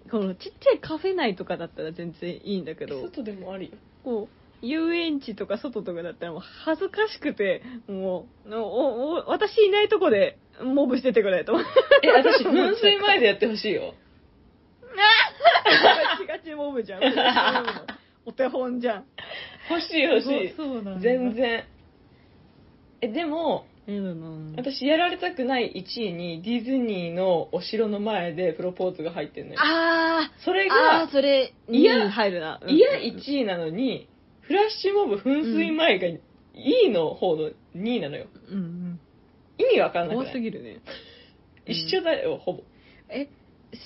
S2: このちっちゃいカフェ内とかだったら全然いいんだけど
S1: 外でもありよ。
S2: こう遊園地とか外とかだったらもう恥ずかしくてもうのおお私いないとこでモブしててくれと思って
S1: え、 私、噴水前でやってほしいよ。
S2: ガチガチモブじゃん フラッシュモブのお手本じゃん
S1: 欲しい欲しい。
S2: そうそうなんだ
S1: 全然。え、でも、
S2: やだな
S1: 私やられたくない1位にディズニーのお城の前でプロポーズが入ってんのよ
S2: あー
S1: それ
S2: あ
S1: が
S2: ーそれ
S1: いや
S2: 2位入るなうん
S1: いや1位なのにフラッシュモブ噴水前がいいの方の2位なのよ
S2: うん
S1: 意味わか
S2: うんん
S1: なく
S2: 怖
S1: な
S2: す
S1: い
S2: ぎるね
S1: 一緒だよほぼ
S2: え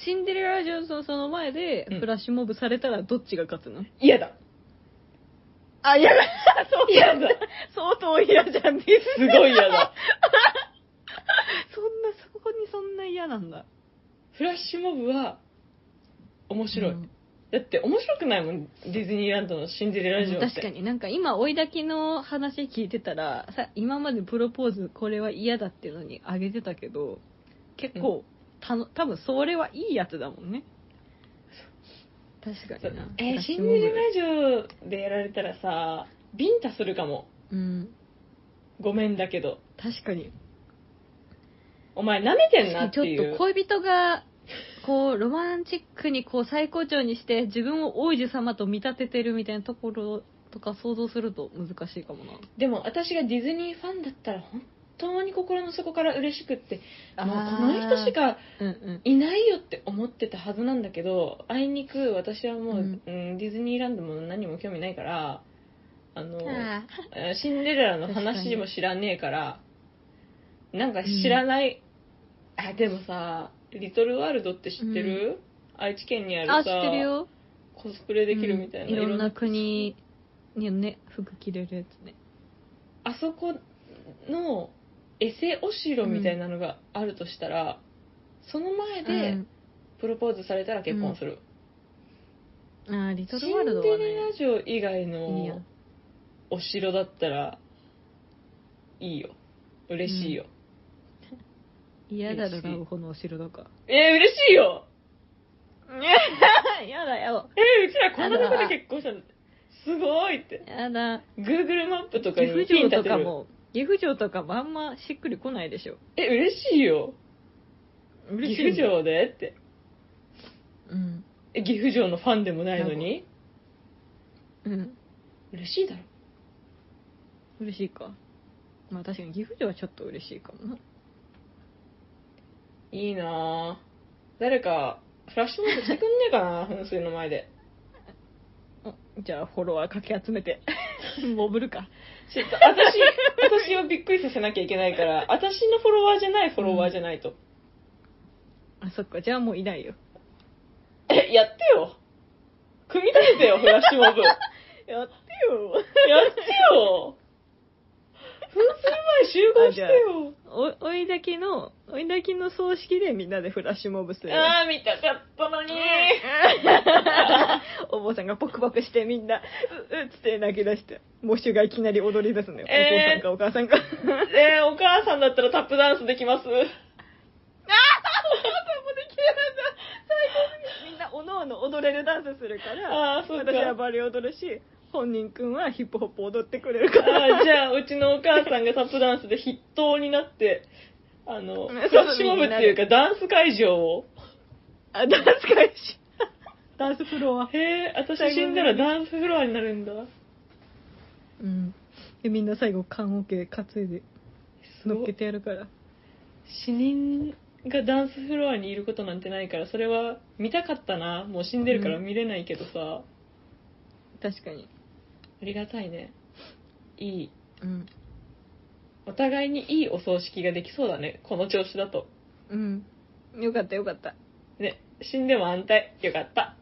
S2: シンデレラ城のその前で
S1: うん
S2: フラッシュモブされたらどっちが勝つの、
S1: 嫌だ
S2: あ、嫌だそう
S1: 嫌だ
S2: 相当嫌じゃんね。
S1: すごい嫌だ
S2: そんな、そこにそんな嫌なんだ。
S1: フラッシュモブは面白い、
S2: うん
S1: だって面白くないもんディズニーランドのシンデレラ城って
S2: 確かになんか今追い焚きの話聞いてたらさ今までプロポーズこれは嫌だっていうのにあげてたけど結構たの多分それはいいやつだもんね確か
S1: そう
S2: にな
S1: えー、
S2: 私
S1: 新
S2: も
S1: 人ラジオでやられたらさビンタするかも
S2: うん
S1: ごめんだけど
S2: 確かに
S1: お前舐めてんなって
S2: ち
S1: い
S2: ょっ
S1: う
S2: と恋人がこうロマンチックにこう最高潮にして自分を王子様と見立ててるみたいなところとか想像すると難しいかもな
S1: でも私がディズニーファンだったら本当に心の底から嬉しくってもうこ
S2: あー
S1: の人しか
S2: うんうん
S1: いないよって思ってたはずなんだけどあいにく私はもう、
S2: うん
S1: うんディズニーランドも何も興味ないからあの
S2: あ
S1: えーシンデレラの話も知らねえからなんか知らない、あでもさ「リトルワールド」って知ってる、愛知県にある
S2: ー
S1: さ
S2: あ知ってるよ
S1: コスプレできるみたいな、
S2: うんいろんな国にね服着れるやつね
S1: あそこのエセお城みたいなのがあるとしたら、その前
S2: う
S1: で
S2: ん
S1: プロポーズされたら結婚する、
S2: あーリト
S1: シ
S2: ルワール
S1: ン
S2: ド
S1: デ
S2: は
S1: レ
S2: ね
S1: ラ城以外
S2: いいや
S1: のお城だったらいいよ嬉しいよ、
S2: 嫌だろ
S1: 嬉しい
S2: ラブホのお城と か
S1: えー、嬉しいよ
S2: 嫌だよ
S1: えー、うちらこんなとこで結婚したのすごいって
S2: やだ
S1: Google マップとか
S2: 岐
S1: に
S2: 阜
S1: ピン
S2: 城
S1: 立
S2: と
S1: て
S2: か
S1: る
S2: も岐阜城とかもあんましっくりこないでしょ
S1: え嬉しいよ岐
S2: 嬉し
S1: 阜
S2: いんだ
S1: 城でって
S2: うん
S1: え岐阜城のファンでもないのに
S2: うん
S1: 嬉しいだろ
S2: 嬉しいかまあ確かに岐阜城はちょっと嬉しいかもない
S1: いいなぁ誰かフラッシュモブしてくんねえか な噴水の前で
S2: おじゃあフォロワーかき集め てモブるか
S1: ちょっと私私をびっくりさせなきゃいけないから私のフォロワーじゃないフォロワーじゃないと、
S2: あそっかじゃあもういないよ
S1: えやってよ組み立ててよフラッシュモ ブやっ
S2: やってよ
S1: てよ噴水前集合してよ
S2: お追いだきの追いだきの葬式でみんなでフラッシュモブする
S1: ああ、見たかったのに。
S2: お坊さんがポクポクしてみんなううっつって泣き出して喪主がいきなり踊り出すのよ、
S1: えー
S2: お父さんかお母さんか
S1: えー、お母さんだったらタップダンスできます。
S2: みんなおのおの踊れるダンスするから
S1: あーそっか
S2: 私はバレエ踊るし本人くんはヒップホップ踊ってくれるから
S1: ああ、じゃあ、うちのお母さんがタップダンスで筆頭になって、あの、
S2: う
S1: フ
S2: ん
S1: ラッシュモブっていうか
S2: み
S1: ダンス会場を。
S2: あダンス開始ダンスフロア
S1: へえ、私死んだらダンスフロアになるんだ。
S2: うんでみんな最後棺桶担いです乗
S1: ご
S2: っけ
S1: い
S2: てやるから
S1: 死人がダンスフロアにいることなんてないから、それは見たかったな。もう死んでるから見れないけどさ。あ
S2: 確かに
S1: りがたいね。いい。
S2: うん
S1: お互いにいいお葬式ができそうだね。この調子だと。
S2: うんよかったよかった
S1: ね、死んでも安泰。よかった。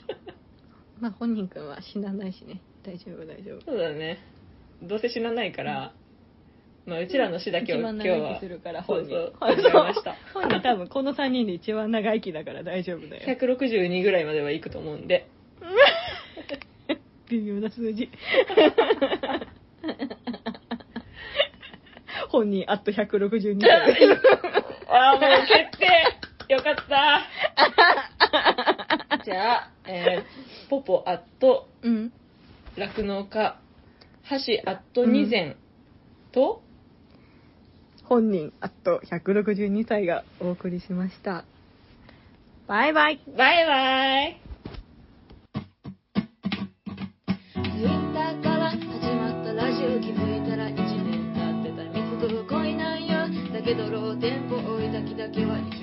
S2: まあ本人くんは死なないしね大丈夫大丈夫
S1: そうだね。どうせ死なないから、まあ、うちらの死だけを
S2: 一
S1: 今
S2: 番
S1: 日
S2: 長
S1: は
S2: 生きするから
S1: そ
S2: 本
S1: う
S2: 人
S1: そう、考
S2: 本
S1: えまし
S2: 人
S1: た。
S2: 本人多分この3人で一番長生きだから大丈夫だよ
S1: 162ぐらいまではいくと思うんで。
S2: 微妙な数字本人あと162歳
S1: ああ、もう決定よか ったじゃあ、えー、ポポアット
S2: うん
S1: 酪農家、箸アット二膳と、
S2: 本人あと162歳がお送りしましたバイバイ
S1: バイバイ
S3: ツイッターから始まったラジオ気づいたら1年経ってた三つ子が恋なんよだけどローテンポ追いだきだけは生き